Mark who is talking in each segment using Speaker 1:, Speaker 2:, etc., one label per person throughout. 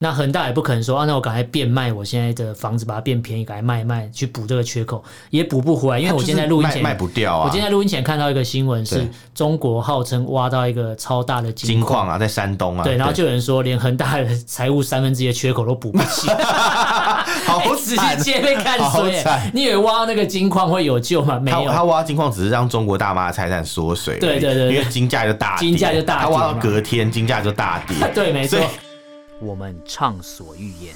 Speaker 1: 那恒大也不可能说啊，那我赶快变卖我现在的房子，把它变便宜，赶快卖一卖去补这个缺口，也补不回来。因为我今天在录音
Speaker 2: 卖
Speaker 1: 前，
Speaker 2: 卖不掉啊，
Speaker 1: 我今天在录音前看到一个新闻，是
Speaker 2: 对
Speaker 1: 中国号称挖到一个超大的金
Speaker 2: 金
Speaker 1: 矿，
Speaker 2: 矿啊，在山东啊，
Speaker 1: 对，然后就有人说连恒大的财务三分之一的缺口都补不起，哎
Speaker 2: 好
Speaker 1: 直
Speaker 2: 惨。啊
Speaker 1: 接被看
Speaker 2: 好
Speaker 1: 衰
Speaker 2: 惨。
Speaker 1: 你以为挖到那个金矿会有救吗？没
Speaker 2: 他
Speaker 1: 有，
Speaker 2: 他挖金矿只是让中国大妈的财产缩水而已，
Speaker 1: 对对对对
Speaker 2: 因为金价就大跌，
Speaker 1: 金价就大跌
Speaker 2: 他
Speaker 1: 嘛
Speaker 2: 挖到隔天金价就大跌，
Speaker 1: 对，没错
Speaker 2: 所以。
Speaker 3: 我们畅所欲言；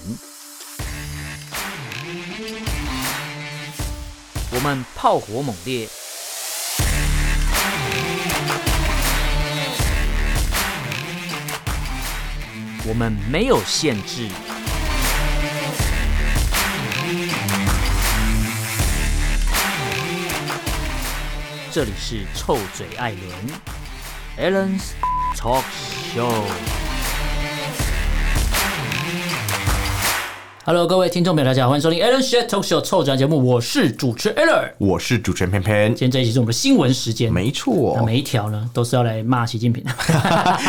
Speaker 3: 我们炮火猛烈；我们没有限制。这里是臭嘴艾伦 a l l e n s Talk Show。
Speaker 1: Hello，各位听众朋友，大家好，欢迎收听 Alan s h a t Talk Show 臭转节目，我是主持 Alan。
Speaker 2: 我是主持人偏偏
Speaker 1: 今，天这一集是我们的新闻时间，呃
Speaker 2: 没错
Speaker 1: 那。每一条呢都是要来骂习近平的。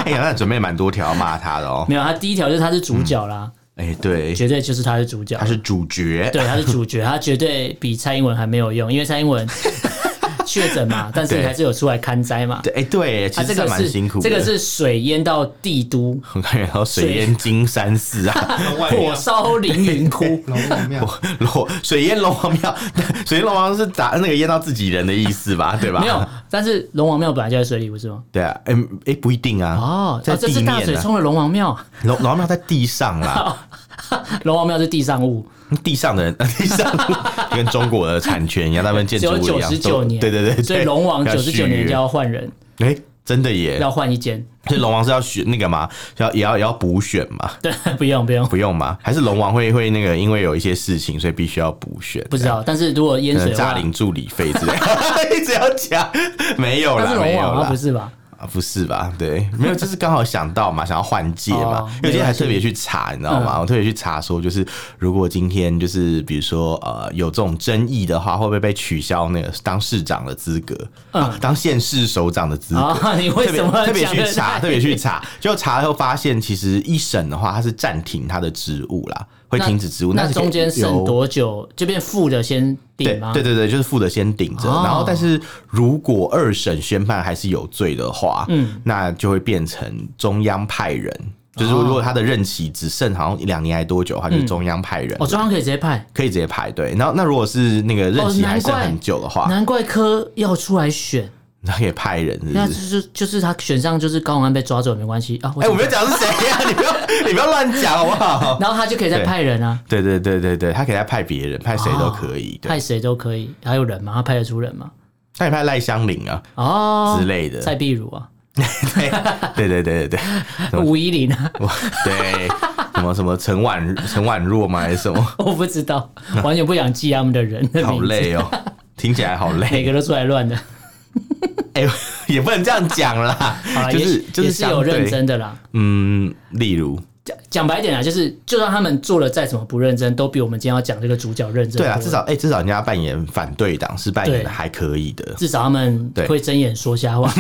Speaker 2: 哎呀，那准备蛮多条要骂他的哦。
Speaker 1: 没有，他第一条就是他是主角啦，
Speaker 2: 哎，对，
Speaker 1: 绝对就是他是主角
Speaker 2: 他，是主角，
Speaker 1: 对，他是主角，他绝对比蔡英文还没有用，因为蔡英文 确诊嘛，但是
Speaker 2: 对
Speaker 1: 还是有出来看灾嘛。
Speaker 2: 对，哎，对，
Speaker 1: 他
Speaker 2: 其
Speaker 1: 啊这
Speaker 2: 实算
Speaker 1: 个
Speaker 2: 蛮
Speaker 1: 是
Speaker 2: 辛苦的。
Speaker 1: 这个是水淹到帝都，
Speaker 2: 我看然后水淹金山寺啊，
Speaker 1: 火烧凌云 窟。
Speaker 4: 龙王庙，
Speaker 2: 龙水淹龙王庙， 水淹龙王是打那个淹到自己人的意思吧？对吧？
Speaker 1: 没有，但是龙王庙本来就在水里，不是吗？
Speaker 2: 对啊，哎、哎、不一定啊。
Speaker 1: 哦，
Speaker 2: 在
Speaker 1: 哦这
Speaker 2: 地
Speaker 1: 是
Speaker 2: 面、啊
Speaker 1: 大水冲了龙王庙，
Speaker 2: 龙龙王庙在地上啦，
Speaker 1: 龙王庙是地上物。
Speaker 2: 地上的人， 地上的 跟中国的产权一样，他们建
Speaker 1: 只有
Speaker 2: 筑物一
Speaker 1: 九
Speaker 2: 样，
Speaker 1: 十九
Speaker 2: 都
Speaker 1: 年，
Speaker 2: 对对对，对
Speaker 1: 所以龙王
Speaker 2: 要
Speaker 1: 九十九年
Speaker 2: 续约
Speaker 1: 就要换人，
Speaker 2: 哎、真的耶，
Speaker 1: 要换一间。
Speaker 2: 所以龙王是要选那个嘛，要也要也要补选嘛，
Speaker 1: 对，不用不用，
Speaker 2: 不用嘛？还是龙王会会那个因为有一些事情，所以必须要补选？
Speaker 1: 不知道。但是如果淹
Speaker 2: 可
Speaker 1: 水
Speaker 2: 能
Speaker 1: 的
Speaker 2: 诈
Speaker 1: 话，
Speaker 2: 领助理费之类， 一直要讲，没有
Speaker 1: 那
Speaker 2: 啦
Speaker 1: 是，
Speaker 2: 没
Speaker 1: 龙
Speaker 2: 有
Speaker 1: 王啊，
Speaker 2: 啦
Speaker 1: 不，是吧？
Speaker 2: 啊，不是吧？对，没有，就是刚好想到嘛， 想要换届嘛
Speaker 1: 哦。
Speaker 2: 有些
Speaker 1: 没嗯
Speaker 2: 还
Speaker 1: 关系
Speaker 2: 特别去查，你知道吗？我特别去查说，就是如果今天就是比如说呃有这种争议的话，会不会被取消那个当市长的资格？啊，当县市首长的资格？
Speaker 1: 嗯啊，你为
Speaker 2: 嗯特别
Speaker 1: 什么
Speaker 2: 特别去
Speaker 1: 讲得
Speaker 2: 查，
Speaker 1: 太
Speaker 2: 特别 去查，就查了后发现，其实一审的话，它是暂停他的职务啦，会停止职务。
Speaker 1: 那
Speaker 2: 是可以
Speaker 1: 中间
Speaker 2: 由
Speaker 1: 省多久？这边负的先
Speaker 2: 对
Speaker 1: 顶吗？
Speaker 2: 对对对，就是负责先顶着，
Speaker 1: 哦
Speaker 2: 然后但是如果二审宣判还是有罪的话，嗯，那就会变成中央派人，就是
Speaker 1: 哦
Speaker 2: 如果他的任期只剩好像一两年还多久的话，就是中央派人。
Speaker 1: 哦，中央可以直接派。
Speaker 2: 可以直接排队，然后那如果是那个任
Speaker 1: 哦，
Speaker 2: 期还
Speaker 1: 难
Speaker 2: 剩
Speaker 1: 怪
Speaker 2: 很久的话，
Speaker 1: 难怪科要出来选，
Speaker 2: 那可以派人是不？
Speaker 1: 那就是是就是他选上就是高宏安被抓走也没关系啊。
Speaker 2: 哎、我没有讲是谁呀、你不要你不要乱讲好不 好？
Speaker 1: 然后他就可以再派人啊，
Speaker 2: 对对对对对，他可以再派别人，派谁都可以。
Speaker 1: 哦
Speaker 2: 对，
Speaker 1: 派谁都可以，还有人吗？他派得出人吗？
Speaker 2: 他也派赖香林啊
Speaker 1: 哦
Speaker 2: 之，类的。
Speaker 1: 蔡壁如 啊，
Speaker 2: 对对对对对对。
Speaker 1: 吴依林啊，
Speaker 2: 我 对什么什么陈婉陈婉若吗？还是什么？
Speaker 1: 我不知 道，完全不想记他们的人的
Speaker 2: 好
Speaker 1: 名字，
Speaker 2: 累哦，听起来好
Speaker 1: 每
Speaker 2: 累。
Speaker 1: 个都出来乱 的。
Speaker 2: 哎、也不能这样讲啦
Speaker 1: 好啦，
Speaker 2: 就
Speaker 1: 也
Speaker 2: 是
Speaker 1: 许
Speaker 2: 就
Speaker 1: 也
Speaker 2: 是
Speaker 1: 是
Speaker 2: 相
Speaker 1: 有认
Speaker 2: 对。
Speaker 1: 真的啦。
Speaker 2: 嗯，例如，
Speaker 1: 讲讲白一点啊，就是就算他们做了再怎么不认真，都比我们今天要讲这个主角认真多
Speaker 2: 对
Speaker 1: 了。
Speaker 2: 啊，至少哎、至少人家扮演反对党是扮演
Speaker 1: 对
Speaker 2: 的还可以的。
Speaker 1: 至少他们
Speaker 2: 对
Speaker 1: 会睁眼说瞎话，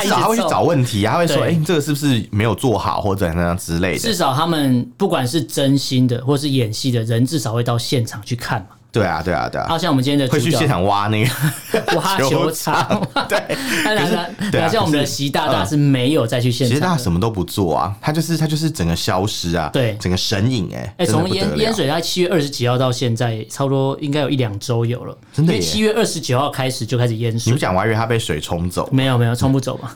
Speaker 2: 至少他会去找问题啊，他会说：“哎、
Speaker 1: 对
Speaker 2: 这个是不是没有做好，或者怎样之类
Speaker 1: 至
Speaker 2: 的
Speaker 1: 少他们不管是真心的或是演戏的人，至少会到现场去看嘛。？”
Speaker 2: 对啊，对啊，对啊，
Speaker 1: 啊，像我们今天的
Speaker 2: 会
Speaker 1: 主
Speaker 2: 去现
Speaker 1: 角
Speaker 2: 场挖那个
Speaker 1: 挖球场，
Speaker 2: 对，
Speaker 1: 那
Speaker 2: 可是
Speaker 1: 哪哪
Speaker 2: 对啊
Speaker 1: 哪像我们的
Speaker 2: 可是
Speaker 1: 习大大是没有再去现
Speaker 2: 其实
Speaker 1: 场
Speaker 2: 他
Speaker 1: 的。
Speaker 2: 什么都不做啊，他就是他就是整个消失啊，
Speaker 1: 对
Speaker 2: 整个神隐哎、
Speaker 1: 哎，
Speaker 2: 真的
Speaker 1: 从
Speaker 2: 不得
Speaker 1: 淹
Speaker 2: 了
Speaker 1: 淹水，他七月二十几号到现在，差不多应该有一两周有了。
Speaker 2: 真的
Speaker 1: 因为
Speaker 2: 耶
Speaker 1: 七月二十九号开始就开始淹
Speaker 2: 你
Speaker 1: 水
Speaker 2: 不，讲，我还以为他被水冲 走，
Speaker 1: 没有没有冲不走嘛。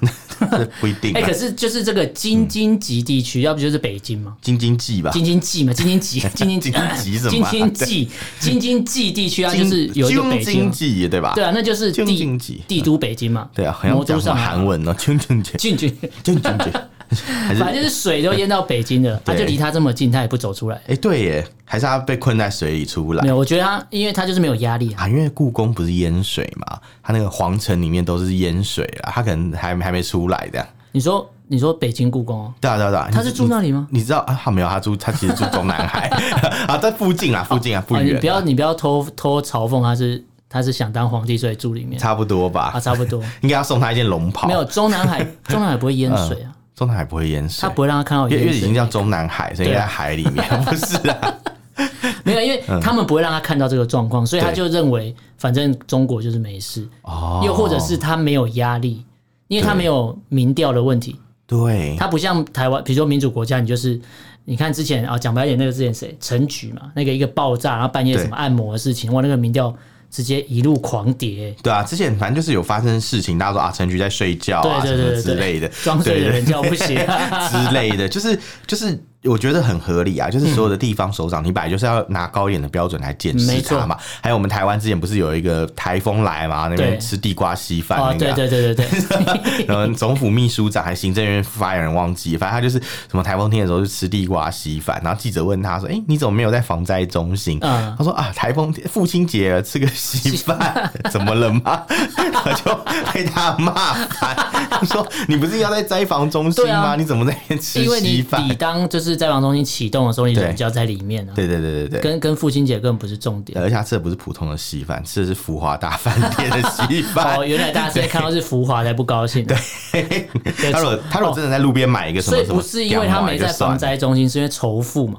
Speaker 2: 不一定、啊。
Speaker 1: 哎、可是就是这个京津冀地区，要不就是北京嘛，
Speaker 2: 京津冀吧，
Speaker 1: 京津冀嘛，京津冀，京津
Speaker 2: 京津冀什
Speaker 1: 京
Speaker 2: 么啊
Speaker 1: 津冀，京津冀地区啊，就是有一个北京
Speaker 2: 京津
Speaker 1: 嘛，
Speaker 2: 冀对吧？
Speaker 1: 对啊，那就是
Speaker 2: 京
Speaker 1: 帝
Speaker 2: 津冀
Speaker 1: 帝都北京嘛，
Speaker 2: 对啊，很像
Speaker 1: 魔都
Speaker 2: 讲什
Speaker 1: 上
Speaker 2: 么
Speaker 1: 海
Speaker 2: 韩，文哦，京 津冀，
Speaker 1: 进去，
Speaker 2: 京津冀，还是
Speaker 1: 反正就是水都淹到北京了，他
Speaker 2: 对
Speaker 1: 就离他这么近，他也不走出来。
Speaker 2: 哎对耶，还是他被困在水里出不
Speaker 1: 没
Speaker 2: 来
Speaker 1: 有，我觉得他，因为他就是没有压力啊。
Speaker 2: 啊？因为故宫不是淹水嘛，他那个皇城里面都是淹水啊，他可能还还没出来这样。
Speaker 1: 你说，你说北京故宫、哦，
Speaker 2: 对啊对啊对啊，
Speaker 1: 他是住那里吗？
Speaker 2: 你？你知道啊？他没有，他住他其实住中 南海啊，在附近啊，附近啊，不
Speaker 1: 啊，
Speaker 2: 远
Speaker 1: 你
Speaker 2: 啊，
Speaker 1: 不要，你不要偷偷嘲讽他是他是想当皇帝，所以住里面
Speaker 2: 差不多吧
Speaker 1: 啊，？差不多。
Speaker 2: 应该要送他一件龙袍。
Speaker 1: 没有，中南海，中南海不会淹水啊。
Speaker 2: 中南海不会淹水，
Speaker 1: 他不会让他看到
Speaker 2: 嗯因为因
Speaker 1: 淹
Speaker 2: 为已
Speaker 1: 水
Speaker 2: 经叫中南海，所以应
Speaker 1: 对啊
Speaker 2: 该在海里面，不是啊？
Speaker 1: 没有，因为他们不会让他看到这个状况，所以他
Speaker 2: 嗯对
Speaker 1: 就认为反正中国就是没事，
Speaker 2: 哦，
Speaker 1: 又或者是他没有压力，因为他
Speaker 2: 对
Speaker 1: 没有民调的问题，
Speaker 2: 对，
Speaker 1: 他不像台湾，比如说民主国家，你就是你看之前啊，讲白一点，那个之前谁陈菊嘛，那个一个爆炸，然后半夜
Speaker 2: 对
Speaker 1: 什么按摩的事情，哇，那个民调直接一路狂跌、
Speaker 2: 对啊，之前反正就是有发生事情，大家说啊，陈菊在睡觉啊，
Speaker 1: 对对对对
Speaker 2: 什么之类的，
Speaker 1: 装睡的人
Speaker 2: 对
Speaker 1: 叫不醒、哦
Speaker 2: 对之类的，就是就是，我觉得很合理啊，
Speaker 1: 嗯
Speaker 2: 就是所有的地方首长，你本来就是要拿高一点的标准来检
Speaker 1: 没
Speaker 2: 视
Speaker 1: 错
Speaker 2: 他嘛。还有我们台湾之前不是有一个台风来嘛，那
Speaker 1: 对
Speaker 2: 边吃地瓜稀饭
Speaker 1: 哦，
Speaker 2: 那个
Speaker 1: 对
Speaker 2: 啊。
Speaker 1: 对对对对，
Speaker 2: 然后总府秘书长还行政院发言人忘记，反正他就是什么台风天的时候就吃地瓜稀饭，然后记者问他说：“哎、你怎么没有在防灾中心？”
Speaker 1: 嗯
Speaker 2: 他说：“啊，台风天父亲节了吃个稀饭，怎么了 吗？”我就被他骂翻，他 说：“你不是要在灾防中心
Speaker 1: 对
Speaker 2: 吗？
Speaker 1: 啊
Speaker 2: 你怎么在那边吃
Speaker 1: 因为
Speaker 2: 稀
Speaker 1: 你
Speaker 2: 饭
Speaker 1: 你当就是在防中心启动的时候，你
Speaker 2: 对
Speaker 1: 人就要在里面啊？”，
Speaker 2: 对对对对对。
Speaker 1: 跟跟父亲节根本不是重点。
Speaker 2: 而且他吃的不是普通的稀饭，吃的是福华大饭店的稀 饭
Speaker 1: 哦，。原来大家是在看到是浮华才不高兴， 对，
Speaker 2: 他如果他如果真的在路边买一个什
Speaker 1: 哦
Speaker 2: 么
Speaker 1: 所以
Speaker 2: 什么，
Speaker 1: 不是因为他没在防灾中心，是因为仇富嘛？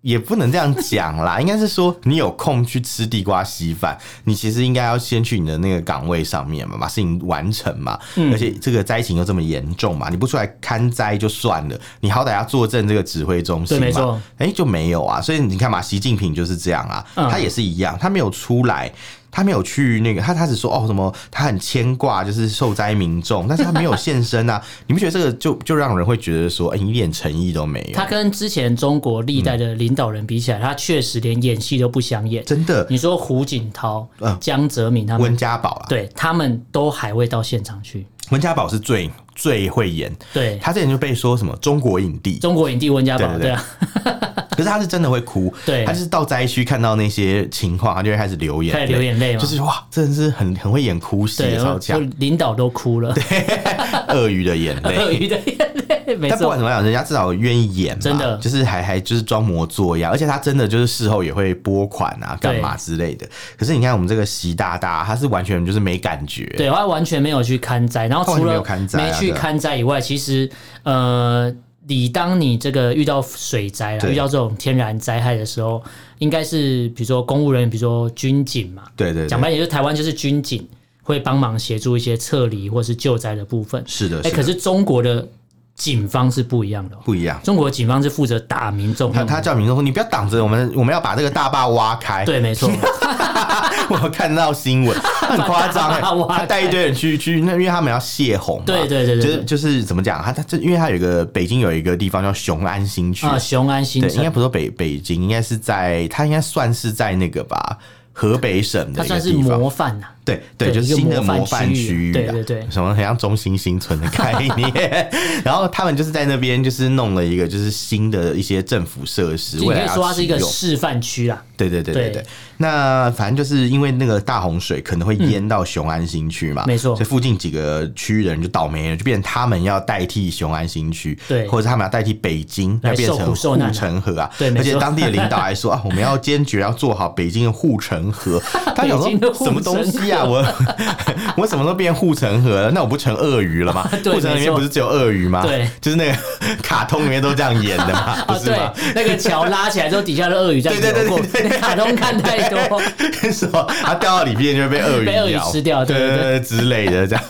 Speaker 2: 也不能这样讲啦， 应该是说你有空去吃地瓜稀饭，你其实应该要先去你的那个岗位上面嘛，把事情完成嘛。
Speaker 1: 嗯
Speaker 2: 而且这个灾情又这么严重嘛，你不出来看灾就算了，你好歹要坐镇这个指挥中心
Speaker 1: 对没错
Speaker 2: 嘛。哎、就没有啊，所以你看嘛，习近平就是这样啊，
Speaker 1: 嗯
Speaker 2: 他也是一样，他没有出来。他没有去那个，他他只说哦什么，他很牵挂，就是受灾民众，但是他没有现 身啊。你不觉得这个就就让人会觉得说，哎、你一点诚意都没有？
Speaker 1: 他跟之前中国历代的领导人比起来，他确实连演戏都不想演。
Speaker 2: 真的，
Speaker 1: 你说胡锦涛
Speaker 2: 嗯、
Speaker 1: 江泽民他们
Speaker 2: 温，家宝啊，
Speaker 1: 对他们都还会到现场去。
Speaker 2: 温家宝是最最会演，
Speaker 1: 对，
Speaker 2: 他之前就被说什么中国影帝，
Speaker 1: 中国影帝温家宝，
Speaker 2: 对对对
Speaker 1: 对啊，
Speaker 2: 可是他是真的会哭，
Speaker 1: 对
Speaker 2: 他就是到灾区看到那些情况，他就会开始流眼
Speaker 1: 开
Speaker 2: 泪，
Speaker 1: 始流眼泪嘛
Speaker 2: 就是哇，真的是很很会演哭戏
Speaker 1: 对，
Speaker 2: 的，超
Speaker 1: 我
Speaker 2: 强，
Speaker 1: 领导都哭了，
Speaker 2: 鳄鱼的眼
Speaker 1: 鳄
Speaker 2: 泪。
Speaker 1: 鱼的眼泪，没
Speaker 2: 但不
Speaker 1: 错
Speaker 2: 管，怎么样，人家至少愿意演嘛，
Speaker 1: 真的
Speaker 2: 就是还还就是装模作样，而且他真的就是事后也会拨款啊，
Speaker 1: 对
Speaker 2: 干嘛之类的。可是你看我们这个习大大，他是完全就是没感觉，
Speaker 1: 对，他完全没有去看灾，然后除了
Speaker 2: 他完全没有看灾啊
Speaker 1: 没去
Speaker 2: 对啊
Speaker 1: 看灾以外，其实呃，你当你这个遇到水灾啦，
Speaker 2: 对
Speaker 1: 遇到这种天然灾害的时候，应该是比如说公务人员，比如说军警嘛，
Speaker 2: 对对
Speaker 1: 讲
Speaker 2: 对，
Speaker 1: 白一点，就是台湾就是军警会帮忙协助一些撤离或是救灾的部分。
Speaker 2: 是的，
Speaker 1: 哎、
Speaker 2: 的
Speaker 1: 可是中国的警方是不一样的、哦，
Speaker 2: 不一样。
Speaker 1: 中国警方是负责打民众
Speaker 2: 他
Speaker 1: 用的，
Speaker 2: 他叫民众说：“你不要挡着我们，我们要把这个大坝挖开。”
Speaker 1: 对， 没错，
Speaker 2: 我看到新 闻，他很夸张哎，
Speaker 1: 把哇
Speaker 2: 他带一堆人去去那，因为他们要泄洪嘛，
Speaker 1: 对对对对
Speaker 2: 就是就是怎么讲，他他这因为他有一个北京有一个地方叫雄安新区，
Speaker 1: 啊，雄安新
Speaker 2: 对，应该
Speaker 1: 城，
Speaker 2: 不是说北北京，应该是在他应该算是在那个吧。河北省
Speaker 1: 他
Speaker 2: 的一
Speaker 1: 算
Speaker 2: 个
Speaker 1: 是
Speaker 2: 地
Speaker 1: 模
Speaker 2: 方，
Speaker 1: 范啊呐、
Speaker 2: 对对，
Speaker 1: 对
Speaker 2: 就是
Speaker 1: 一个
Speaker 2: 新的
Speaker 1: 模范
Speaker 2: 模范
Speaker 1: 区域
Speaker 2: 区域啊，
Speaker 1: 对对对
Speaker 2: 什么很像中心新村的概 念。然后他们就是在那边，就是弄了一个就是新的一些政府设施，
Speaker 1: 就你
Speaker 2: 未来
Speaker 1: 可以
Speaker 2: 要
Speaker 1: 说它是一个
Speaker 2: 启用
Speaker 1: 示范区啊啦。
Speaker 2: 对对对对
Speaker 1: 对
Speaker 2: 对，那反正就是因为那个大洪水可能会淹到雄安新区嘛，
Speaker 1: 嗯没错
Speaker 2: 所以附近几个区域的人就倒霉了，就变成他们要代替雄安新区，
Speaker 1: 对
Speaker 2: 或者是他们要代替北京，
Speaker 1: 来
Speaker 2: 要变
Speaker 1: 受苦
Speaker 2: 成
Speaker 1: 受
Speaker 2: 护
Speaker 1: 难啊
Speaker 2: 城河啊，
Speaker 1: 对没
Speaker 2: 而且
Speaker 1: 错
Speaker 2: 当地的领导还说啊，我们要坚决要做好北京的护城 河，他想
Speaker 1: 北京的
Speaker 2: 说
Speaker 1: 护
Speaker 2: 什么东西啊，我 我什么时候变护城河了？那我不成鳄鱼了吗？
Speaker 1: 对
Speaker 2: 护城河里
Speaker 1: 没错
Speaker 2: 面不是只有鳄鱼吗？
Speaker 1: 对
Speaker 2: 就是那个卡通里面都这样演的嘛，不
Speaker 1: 啊，
Speaker 2: 是
Speaker 1: 对
Speaker 2: 吗？，
Speaker 1: 那个桥拉起来之后，底下的鳄鱼在
Speaker 2: 对对对
Speaker 1: 游过，
Speaker 2: 对对
Speaker 1: 那卡通看太 多，
Speaker 2: 什么？它掉到里面就会被鳄鱼
Speaker 1: 被鳄鱼
Speaker 2: 咬
Speaker 1: 吃掉对
Speaker 2: 对
Speaker 1: 对
Speaker 2: 对之类的，这样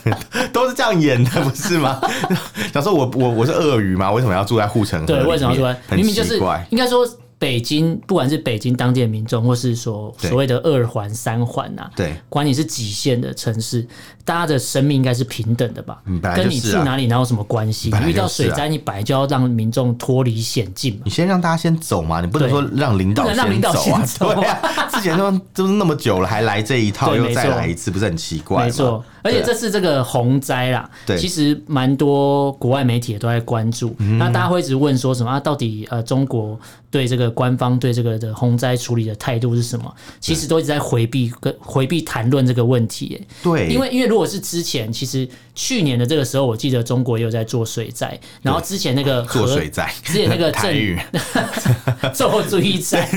Speaker 2: 都是这样演的，不是吗？ 想说我我我是鳄鱼吗？为什么要住在护城河里
Speaker 1: 对，
Speaker 2: 面？
Speaker 1: 为什么说
Speaker 2: 很
Speaker 1: 明明就
Speaker 2: 奇
Speaker 1: 是
Speaker 2: 怪。
Speaker 1: 应该说北京，不管是北京当地的民众，或是说
Speaker 2: 对
Speaker 1: 所谓的二环、三环呐、啊，
Speaker 2: 对
Speaker 1: 管你是几线的城市，大家的生命应该是平等的吧？
Speaker 2: 嗯本来
Speaker 1: 跟
Speaker 2: 就
Speaker 1: 你
Speaker 2: 是啊
Speaker 1: 住哪里哪有什么关系？
Speaker 2: 本来
Speaker 1: 你遇到
Speaker 2: 就是
Speaker 1: 水
Speaker 2: 啊
Speaker 1: 灾，你本来就要让民众脱离险境嘛。
Speaker 2: 你先让大家先走嘛，你不能
Speaker 1: 对
Speaker 2: 说让领导
Speaker 1: 不能让领导
Speaker 2: 走啊
Speaker 1: 先！走啊
Speaker 2: 对啊，之前都都是那么久了，还来这一套，
Speaker 1: 对
Speaker 2: 又
Speaker 1: 没
Speaker 2: 再
Speaker 1: 错
Speaker 2: 来一次，不是很奇怪吗？
Speaker 1: 没错，而
Speaker 2: 对
Speaker 1: 且
Speaker 2: 啊
Speaker 1: 这次这个洪灾啦，
Speaker 2: 对嗯
Speaker 1: 其实蛮多国外媒体也都在关注。那大家会一直问说什么啊？到底呃，中国对这个官方对这个的洪灾处理的态度是什么？其实都一直在回避跟回避谈论这个问题耶、
Speaker 2: 对，
Speaker 1: 因为因为如果是之前，其实去年的这个时候，我记得中国也有在做水灾，然后之前那个
Speaker 2: 做
Speaker 1: 河
Speaker 2: 水灾，
Speaker 1: 之前那个
Speaker 2: 台
Speaker 1: 郑
Speaker 2: 语
Speaker 1: 做注意 站，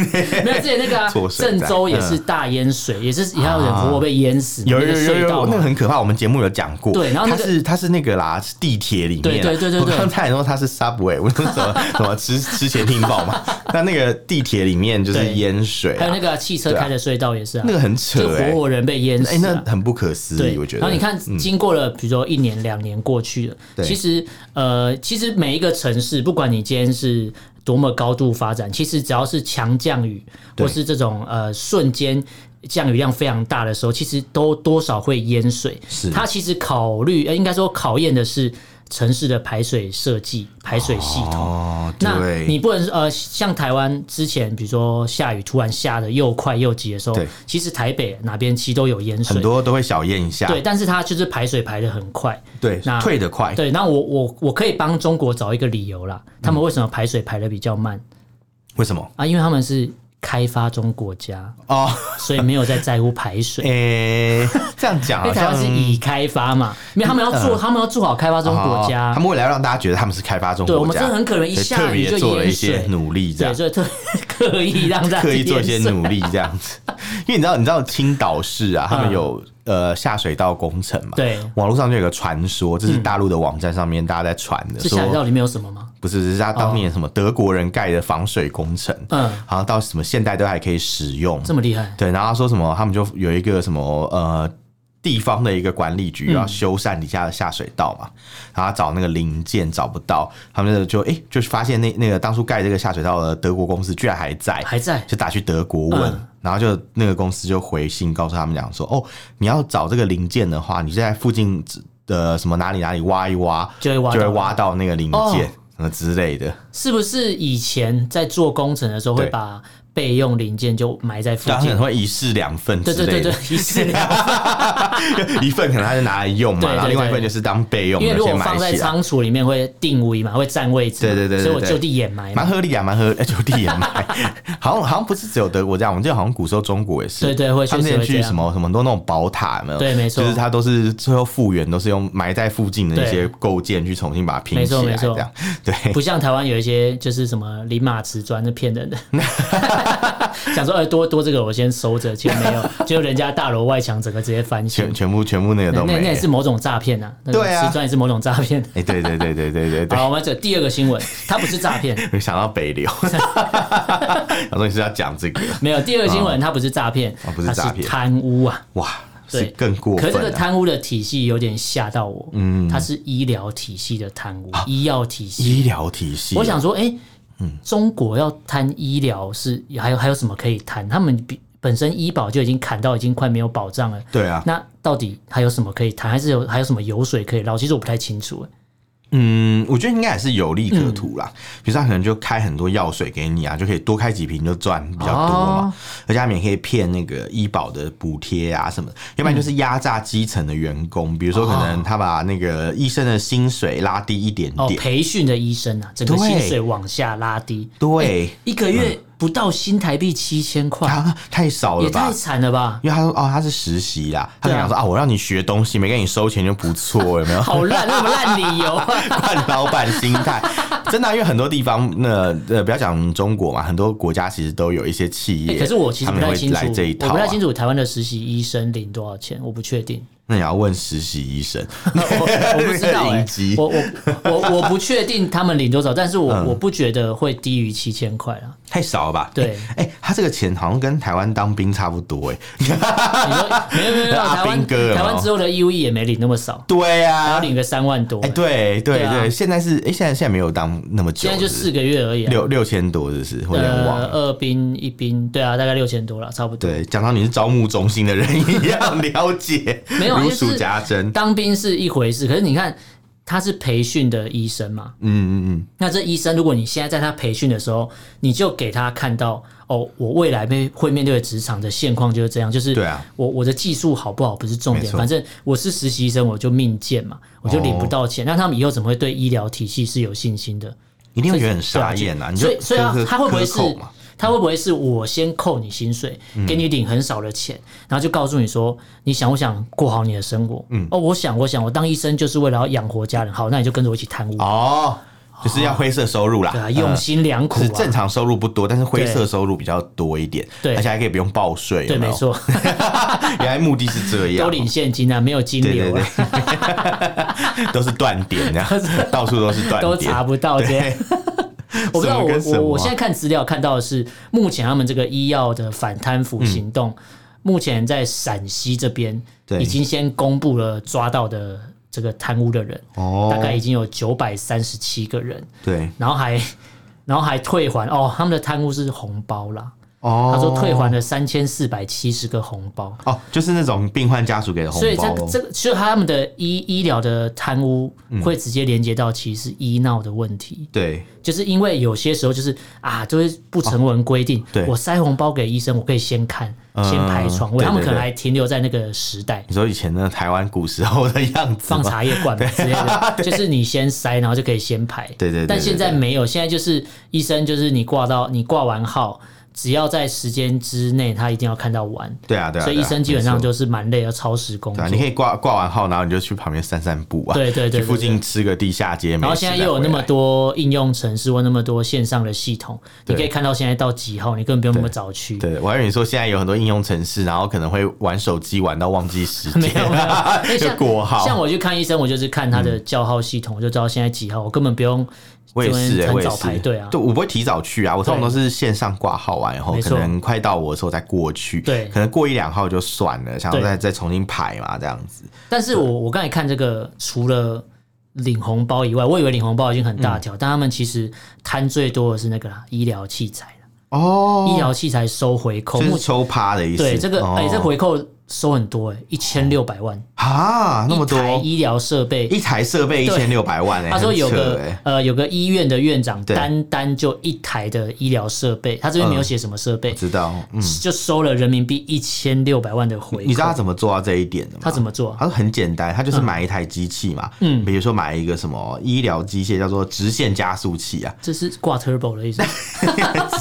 Speaker 1: 没有之前那个啊
Speaker 2: 做水
Speaker 1: 郑
Speaker 2: 站
Speaker 1: 州也是大淹水，也是也有人活活被淹死，
Speaker 2: 啊有
Speaker 1: 那
Speaker 2: 有
Speaker 1: 个
Speaker 2: 有
Speaker 1: 隧道
Speaker 2: 有，那个
Speaker 1: 嘛。
Speaker 2: 很可怕，我们节目有讲过。
Speaker 1: 对然后那个
Speaker 2: 它是它是那个啦，是地铁里面啊。
Speaker 1: 对对对对对
Speaker 2: 我刚才说它是 subway，我说什么什 么吃吃前听报嘛。那那个地铁里面就是
Speaker 1: 对
Speaker 2: 淹水
Speaker 1: 还有
Speaker 2: 啊
Speaker 1: 那，个汽车开的隧道也是啊，
Speaker 2: 那个很扯
Speaker 1: 就活
Speaker 2: 哎
Speaker 1: 活人被淹死、啊
Speaker 2: 哎，那很不可思
Speaker 1: 对
Speaker 2: 议，，我觉得。嗯
Speaker 1: 然后你看，经过了比如说一年、两年过去了，
Speaker 2: 对
Speaker 1: 其实呃，其实每一个城市，不管你今天是多么高度发展，其实只要是强降雨
Speaker 2: 对
Speaker 1: 或是这种呃瞬间。降雨量非常大的时候，其实都多少会淹水。
Speaker 2: 是
Speaker 1: 它其实考虑，呃，应该说考验的是城市的排水设计、排水系统。
Speaker 2: 哦，
Speaker 1: 那
Speaker 2: 对，
Speaker 1: 你不能呃，像台湾之前，比如说下雨突然下的又快又急的时候
Speaker 2: 对，
Speaker 1: 其实台北哪边其实都有淹水
Speaker 2: 很，多都会小淹一下，
Speaker 1: 对，但是它就是排水排的很快。
Speaker 2: 对，
Speaker 1: 那
Speaker 2: 退得快，
Speaker 1: 对，那我我我可以帮中国找一个理由啦，
Speaker 2: 嗯
Speaker 1: 他们为什么排水排的比较慢、
Speaker 2: 为什么？
Speaker 1: 啊？因为他们是开发中国 家，
Speaker 2: 哦，
Speaker 1: 所以没有在在乎排水。
Speaker 2: 诶，这样讲
Speaker 1: 因为
Speaker 2: 哎好
Speaker 1: 台湾
Speaker 2: 像嗯
Speaker 1: 是已开发嘛，因为他们要做，他们要做好开发中国
Speaker 2: 哦
Speaker 1: 家。
Speaker 2: 他们为了要让大家觉得他们是开发中
Speaker 1: 对，我
Speaker 2: 国
Speaker 1: 们
Speaker 2: 家，
Speaker 1: 真的很可能一
Speaker 2: 对
Speaker 1: 下
Speaker 2: 特
Speaker 1: 雨
Speaker 2: 别
Speaker 1: 就
Speaker 2: 做了一
Speaker 1: 淹
Speaker 2: 些
Speaker 1: 水，
Speaker 2: 努力，这
Speaker 1: 对，
Speaker 2: 样
Speaker 1: 所以特 刻意让大家
Speaker 2: 刻意做一些
Speaker 1: 淹水
Speaker 2: 努力这样子。因为你知道，你知道青岛市啊，他们
Speaker 1: 嗯
Speaker 2: 有呃下水道工程嘛？
Speaker 1: 对嗯
Speaker 2: 网络上就有个传说，这是大陆的网站上面大家在传的，
Speaker 1: 是下水道
Speaker 2: 说
Speaker 1: 里面有什么吗？
Speaker 2: 不是，是他当年什么德国人盖的防水工程，
Speaker 1: 嗯
Speaker 2: 好像到什么现代都还可以使用，
Speaker 1: 这么厉害？
Speaker 2: 对，然后他说什么，他们就有一个什么呃地方的一个管理
Speaker 1: 嗯
Speaker 2: 局要修缮底下的下水道嘛，然后找那个零件找不到，他们就哎、诶就是发现那那个当初盖这个下水道的德国公司居然还在，
Speaker 1: 还在
Speaker 2: 就打去德国问。
Speaker 1: 嗯
Speaker 2: 然后就那个公司就回信告诉他们讲说，哦，你要找这个零件的话，你就在附近的什么哪里哪里挖一挖，
Speaker 1: 就会挖
Speaker 2: 就会
Speaker 1: 到
Speaker 2: 挖到那个零件、
Speaker 1: 哦
Speaker 2: 什么之类的。
Speaker 1: 是不是以前在做工程的时候会
Speaker 2: 对
Speaker 1: 把备用零件就埋在附
Speaker 2: 当
Speaker 1: 近
Speaker 2: 然？会一式两份之
Speaker 1: 对
Speaker 2: 类
Speaker 1: 对对
Speaker 2: 的。
Speaker 1: 对， 一式两份
Speaker 2: 一份可能他就拿来用嘛，
Speaker 1: 对对
Speaker 2: 然后另外一份
Speaker 1: 对
Speaker 2: 就是当备用
Speaker 1: 因为
Speaker 2: 的，
Speaker 1: 如果
Speaker 2: 先
Speaker 1: 放
Speaker 2: 买
Speaker 1: 在
Speaker 2: 起来。
Speaker 1: 仓储里面会定位嘛，会占位置嘛，
Speaker 2: 对对对对
Speaker 1: 所以我
Speaker 2: 对
Speaker 1: 就地掩埋
Speaker 2: 蛮
Speaker 1: 嘛。
Speaker 2: 合理 啊，蛮合哎就地也买，好像好像不是只有德国这样，我们记得好像古时候中国也是，
Speaker 1: 对对会
Speaker 2: 他们之
Speaker 1: 确实会
Speaker 2: 前
Speaker 1: 这
Speaker 2: 去
Speaker 1: 样
Speaker 2: 什么什么都那种宝塔，有没有？
Speaker 1: 对没错
Speaker 2: 就是它都是最后复原都是用埋在附近的一些构件去重新把它拼
Speaker 1: 没
Speaker 2: 起
Speaker 1: 错
Speaker 2: 来，
Speaker 1: 没错
Speaker 2: 这样对。
Speaker 1: 不像台湾有一些就是什么林马瓷砖那骗人 的，想说哎多多这个我先收着，其实没 有，就人家大楼外墙整个直接翻新
Speaker 2: 全，全部全部那个
Speaker 1: 那
Speaker 2: 都
Speaker 1: 那
Speaker 2: 没
Speaker 1: 那也
Speaker 2: 了，
Speaker 1: 是某种诈骗啊，那个
Speaker 2: 对啊
Speaker 1: 瓷砖也是某种诈骗。
Speaker 2: 哎，对对对对对 对对，
Speaker 1: 好，我们这第二个新闻，它不是诈 骗，
Speaker 2: 我想到 北流，我说你是要讲这个
Speaker 1: 没有第二个新闻，它不是诈骗
Speaker 2: 哦，不是
Speaker 1: 它
Speaker 2: 诈骗
Speaker 1: 贪污啊。
Speaker 2: 哇，是
Speaker 1: 对
Speaker 2: 更过
Speaker 1: 可是这
Speaker 2: 分啊
Speaker 1: 个
Speaker 2: 了，
Speaker 1: 贪污的体系有点吓到我，嗯，它是医疗体系的贪污，
Speaker 2: 啊
Speaker 1: 医药体系
Speaker 2: 医疗体系，啊
Speaker 1: 我想说，哎、
Speaker 2: 嗯
Speaker 1: 中国要贪医疗是还有还有什么可以贪？他们比本身医保就已经砍到已经快没有保障了，
Speaker 2: 对啊，
Speaker 1: 那到底还有什么可以贪？还是有还有什么油水可以捞？其实我不太清楚、哎
Speaker 2: 嗯，我觉得应该也是有利可
Speaker 1: 嗯
Speaker 2: 图啦。比如说，他可能就开很多药水给你啊，就可以多开几瓶就赚比较多
Speaker 1: 哦
Speaker 2: 嘛。而且他们也可以骗那个医保的补贴啊什么的，要不然
Speaker 1: 嗯
Speaker 2: 就是压榨基层的员工。比如说，可能他把那个医生的薪水拉低一点
Speaker 1: 哦，
Speaker 2: 点，
Speaker 1: 培训的医生啊，整个
Speaker 2: 对
Speaker 1: 薪水往下拉低，
Speaker 2: 对，
Speaker 1: 一个月不到新台币七千块，
Speaker 2: 啊，太少
Speaker 1: 哎也
Speaker 2: 了吧
Speaker 1: 太？惨了吧！
Speaker 2: 因为他说哦，他是实习啦，他
Speaker 1: 对啊
Speaker 2: 想说啊，我让你学东西，没给你收钱就不错，有没有？
Speaker 1: 好烂，那么烂理 由啊！
Speaker 2: 惯老板心 态。真的啊、因为很多地方，那呃，不要讲中国嘛，很多国家其实都有一些企业，
Speaker 1: 欸可是我其实
Speaker 2: 他
Speaker 1: 不
Speaker 2: 们
Speaker 1: 太
Speaker 2: 会
Speaker 1: 清楚，
Speaker 2: 来这一套、
Speaker 1: 我
Speaker 2: 啊。
Speaker 1: 不太清楚台湾的实习医生领多少钱，我不确定。
Speaker 2: 那你要问实习 医生，
Speaker 1: 我不知 道、
Speaker 2: 那个
Speaker 1: 欸
Speaker 2: 影集，
Speaker 1: 我我我我不确定他们领多少，但是我、
Speaker 2: 嗯
Speaker 1: 我不觉得会低于七千块 啊。
Speaker 2: 太少了吧？
Speaker 1: 对
Speaker 2: 哎、哎他这个钱好像跟台湾当兵差不多、哎，
Speaker 1: 你说没有没有没有，
Speaker 2: 阿
Speaker 1: 台湾
Speaker 2: 兵哥有没有
Speaker 1: 台湾之后的 E U E 也没领那么少，
Speaker 2: 对
Speaker 1: 还要
Speaker 2: 啊，
Speaker 1: 领个三万多、
Speaker 2: 哎、对对
Speaker 1: 对
Speaker 2: 对
Speaker 1: 啊
Speaker 2: 现在是哎、现在现在没有当那么久
Speaker 1: 现在就四
Speaker 2: 是
Speaker 1: 个月而已、
Speaker 2: 不是
Speaker 1: 啊。
Speaker 2: 六六千多，是不是？我有点忘
Speaker 1: 呃，
Speaker 2: 了。
Speaker 1: 二兵一兵，对啊，大概六千多了，差不多。
Speaker 2: 对，讲到你是招募中心的人一样了解，
Speaker 1: 没有啊
Speaker 2: 如
Speaker 1: 就是
Speaker 2: 数家珍。
Speaker 1: 当兵是一回事，可是你看他是培训的医生嘛，
Speaker 2: 嗯嗯嗯。
Speaker 1: 那这医生，如果你现在在他培训的时候，你就给他看到哦，我未来面会面对的职场的现况就是这样，就是
Speaker 2: 对啊
Speaker 1: 我我的技术好不好不是重
Speaker 2: 没
Speaker 1: 点，
Speaker 2: 错
Speaker 1: 反正我是实习生，我就命贱嘛，我就领不到
Speaker 2: 哦
Speaker 1: 钱，那他们以后怎么会对医疗体系是有信心的？
Speaker 2: 一定会觉得很傻眼啊！你就
Speaker 1: 所以所以啊
Speaker 2: 苛刻
Speaker 1: 他会不会
Speaker 2: 苛
Speaker 1: 是
Speaker 2: 扣嘛？
Speaker 1: 他会不会是我先扣你薪水，
Speaker 2: 嗯
Speaker 1: 给你领很少的钱，然后就告诉你说，你想不想过好你的生活？嗯，哦，我想，我想，我当医生就是为了要养活家人。好，那你就跟着我一起贪污。
Speaker 2: 哦，就是要灰色收入啦，
Speaker 1: 对啊，用心良苦
Speaker 2: 是
Speaker 1: 啊
Speaker 2: 正，常收入不多，但是灰色
Speaker 1: 对
Speaker 2: 收入比较多一点，
Speaker 1: 对
Speaker 2: 而且还可以不用报税，
Speaker 1: 对，
Speaker 2: 有没
Speaker 1: 没
Speaker 2: 有，
Speaker 1: 错，
Speaker 2: 原来目的是这样，
Speaker 1: 都领现金啊，没有金
Speaker 2: 对对
Speaker 1: 流啊，啊
Speaker 2: 对， 都是断点，这样到处都是断点，
Speaker 1: 都查不到这样。 我不知道，
Speaker 2: 什么
Speaker 1: 我
Speaker 2: 跟什么啊
Speaker 1: 我我现在看资料看到的是，目前他们这个医药的反贪腐行动，目前在陕西这边
Speaker 2: 嗯对
Speaker 1: 已经先公布了抓到的这个贪污的人，
Speaker 2: 哦
Speaker 1: 大概已经有九百三十七个人，
Speaker 2: 对
Speaker 1: 然后还然后还退还哦，他们的贪污是红包啦，
Speaker 2: 哦，
Speaker 1: 他说退还了三千四百七十个红包。
Speaker 2: 哦，就是那种病患家属给的红
Speaker 1: 所以这
Speaker 2: 包
Speaker 1: 个
Speaker 2: 哦，
Speaker 1: 这个，所以他们的医医疗的贪污
Speaker 2: 嗯
Speaker 1: 会直接连接到其实是医闹的问题。
Speaker 2: 对
Speaker 1: 就是因为有些时候就是啊，就是不成文规定，
Speaker 2: 对
Speaker 1: 我塞红包给医生，我可以先看，
Speaker 2: 嗯
Speaker 1: 先排床位，
Speaker 2: 对
Speaker 1: 他们
Speaker 2: 对
Speaker 1: 可能
Speaker 2: 对
Speaker 1: 还停留在那个时代。
Speaker 2: 你说以前的台湾古时候的样子吗
Speaker 1: 放茶叶罐 嘛之类的，就是你先塞，然后就可以先排。
Speaker 2: 对对对
Speaker 1: 但
Speaker 2: 对
Speaker 1: 现在
Speaker 2: 对
Speaker 1: 没有，现在就是医生，就是你挂到你挂完号，只要在时间之内，他一定要看到完。
Speaker 2: 对啊对啊，
Speaker 1: 所以
Speaker 2: 对
Speaker 1: 医
Speaker 2: 啊
Speaker 1: 生基本上
Speaker 2: 没错
Speaker 1: 就是蛮累，要超时工
Speaker 2: 对
Speaker 1: 作
Speaker 2: 啊，。你可以挂挂完号，然后你就去旁边散散步啊，
Speaker 1: 对对对对
Speaker 2: 去附近吃个地下街，
Speaker 1: 然后
Speaker 2: 美食啊
Speaker 1: 现在
Speaker 2: 再
Speaker 1: 又有那
Speaker 2: 回
Speaker 1: 么
Speaker 2: 来
Speaker 1: 多应用程式或那么多线上的系统，你
Speaker 2: 对
Speaker 1: 可以看到现在到几号，你根本不用那么早去。
Speaker 2: 对，我还以为你说现在有很多应用程式，然后可能会玩手机玩到忘记时间，
Speaker 1: 没有没 有，因为
Speaker 2: 就
Speaker 1: 像
Speaker 2: 过号。
Speaker 1: 像我去看医生，我就是看他的叫号系统，我就知道现在几号，我根本不用
Speaker 2: 嗯我也是、欸，
Speaker 1: 很
Speaker 2: 我也
Speaker 1: 早
Speaker 2: 是
Speaker 1: 排队啊。
Speaker 2: 对，我不会提早去啊，我通常都是线上挂号完以后
Speaker 1: 没，
Speaker 2: 可
Speaker 1: 错
Speaker 2: 能快到我的时候再过去，
Speaker 1: 对
Speaker 2: 可能过一两号就算了，想要
Speaker 1: 对
Speaker 2: 再再重新排嘛，这样子。
Speaker 1: 但是我我刚才看这个，除了领红包以外，我以为领红包已经很大
Speaker 2: 嗯
Speaker 1: 条，但他们其实贪最多的是那个啦医疗器材啦
Speaker 2: 哦，
Speaker 1: 医疗器材收回扣，
Speaker 2: 就是
Speaker 1: 目前
Speaker 2: 抽趴的意思。
Speaker 1: 对这个
Speaker 2: 哦
Speaker 1: 哎，这回扣收很多哎，一千六百万，
Speaker 2: 啊，那么多
Speaker 1: 一台医疗设备
Speaker 2: 一台设备一
Speaker 1: 对
Speaker 2: 千六百万哎、欸，
Speaker 1: 他说
Speaker 2: 很
Speaker 1: 有
Speaker 2: 扯
Speaker 1: 个、
Speaker 2: 欸
Speaker 1: 呃有个医院的院长
Speaker 2: 对
Speaker 1: 单单就一台的医疗设备，他这边没有写什么设备，
Speaker 2: 知道，嗯，
Speaker 1: 就收了人民币一千六百万的回扣。
Speaker 2: 你知道他怎么做到这一点的吗？
Speaker 1: 他怎么做啊？
Speaker 2: 他说很简单，他就是买一台机器嘛，嗯，比如说买一个什么医疗机械叫做直线加速器 啊，
Speaker 1: 这是挂 turbo 的意思，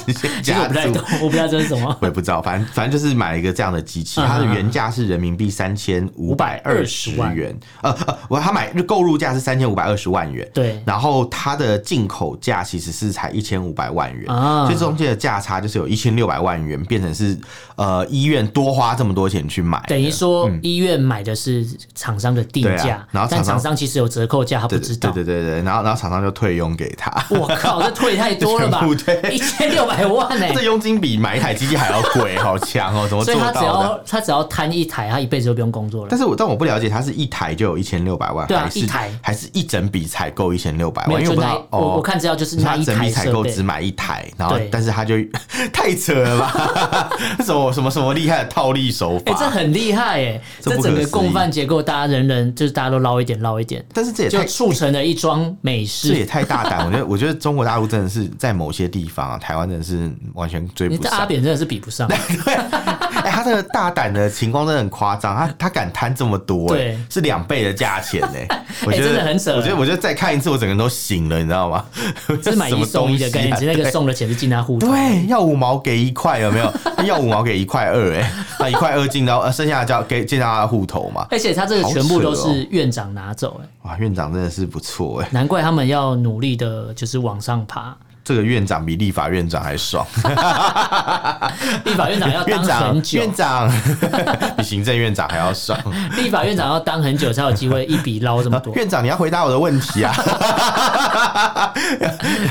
Speaker 2: 直线
Speaker 1: 其实我
Speaker 2: 加
Speaker 1: 不太
Speaker 2: 速
Speaker 1: 懂。，我不知道这是 什么。
Speaker 2: 我也不知道，反正反正就是买一个这样的机器，
Speaker 1: 嗯
Speaker 2: 它的原价是人民币三千五百二十
Speaker 1: 520万
Speaker 2: 元，呃呃，我他买购入价是三千五百二十万元，
Speaker 1: 对
Speaker 2: 然后它的进口价其实是才一千五百万元，
Speaker 1: 啊
Speaker 2: 所以中间的价差就是有一千六百万元，变成是呃医院多花这么多钱去买的，
Speaker 1: 等于说医院买的是厂商的定
Speaker 2: 嗯对
Speaker 1: 价
Speaker 2: 啊，然后
Speaker 1: 但
Speaker 2: 厂商
Speaker 1: 厂商其实有折扣价，他不
Speaker 2: 对
Speaker 1: 知
Speaker 2: 对
Speaker 1: 道
Speaker 2: 对。对对对，然后然后厂商就退佣给他，
Speaker 1: 我靠，这退太多了吧
Speaker 2: 全部？退
Speaker 1: 一千六百万呢、
Speaker 2: 这佣金比买一台机器还要贵，好强哦！怎么
Speaker 1: 所
Speaker 2: 做
Speaker 1: 以他只
Speaker 2: 到的？
Speaker 1: 要他只要贪一台，他一辈子就不用工作了
Speaker 2: 但。是我但我不了解，它是一台就有一千六百万，
Speaker 1: 对啊
Speaker 2: 还是
Speaker 1: 一台
Speaker 2: 还是一整笔采购一千六百
Speaker 1: 没
Speaker 2: 万？因为
Speaker 1: 有，就
Speaker 2: 我不知
Speaker 1: 那
Speaker 2: 道
Speaker 1: 一我
Speaker 2: 哦
Speaker 1: 我，看资料就是那
Speaker 2: 他
Speaker 1: 一
Speaker 2: 整
Speaker 1: 台
Speaker 2: 笔采
Speaker 1: 设
Speaker 2: 购
Speaker 1: 备
Speaker 2: 只。买一台，然后
Speaker 1: 对
Speaker 2: 但是他就 太扯了吧？ 什么什么什么厉害的套利手
Speaker 1: 哎、这
Speaker 2: 法？
Speaker 1: 很厉害哎、
Speaker 2: 这
Speaker 1: 这
Speaker 2: 不可
Speaker 1: 整个
Speaker 2: 思议
Speaker 1: 共犯结构，大家人人就是大家都捞一点捞一点，
Speaker 2: 但是这也
Speaker 1: 就
Speaker 2: 太
Speaker 1: 促成了一桩美
Speaker 2: 这也
Speaker 1: 事。
Speaker 2: 太大胆！我觉得我觉得中国大陆真的是在某些地方啊，台湾真的是完全追
Speaker 1: 你
Speaker 2: 不
Speaker 1: 这阿
Speaker 2: 上。
Speaker 1: 扁真的是比不 上，
Speaker 2: 哎、他的大胆的情况真的很夸张，他他敢贪这么多、哎
Speaker 1: 对哎
Speaker 2: 是两倍的价钱呢、 我觉得、
Speaker 1: 真的很扯
Speaker 2: 我觉得我觉得再看一次，我整个人都醒了，你知道吗？
Speaker 1: 这 是买一送一的概念，只 是
Speaker 2: 什么东西啊
Speaker 1: 那个送的钱是进他户头。
Speaker 2: 对，要五毛给一块，有没有？ 要五毛给一块二，哎，那一块二进到呃，剩下的交给进到他的户头嘛。
Speaker 1: 而且他这个全部都
Speaker 2: 好扯哦
Speaker 1: 是院长拿走、哎，
Speaker 2: 哇，院长真的是不错哎，
Speaker 1: 难怪他们要努力的，就是往上 爬。
Speaker 2: 这个院长比立法院长 还爽。
Speaker 1: 立法院长要
Speaker 2: 院
Speaker 1: 当
Speaker 2: 长
Speaker 1: 很，久，
Speaker 2: 院长 比行政院长还要爽。
Speaker 1: 立法院长要当很久才有机会一笔捞这么 多，
Speaker 2: 院长，你要回答我的问题啊！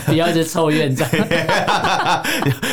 Speaker 1: 不要一直凑院 长。
Speaker 2: 哦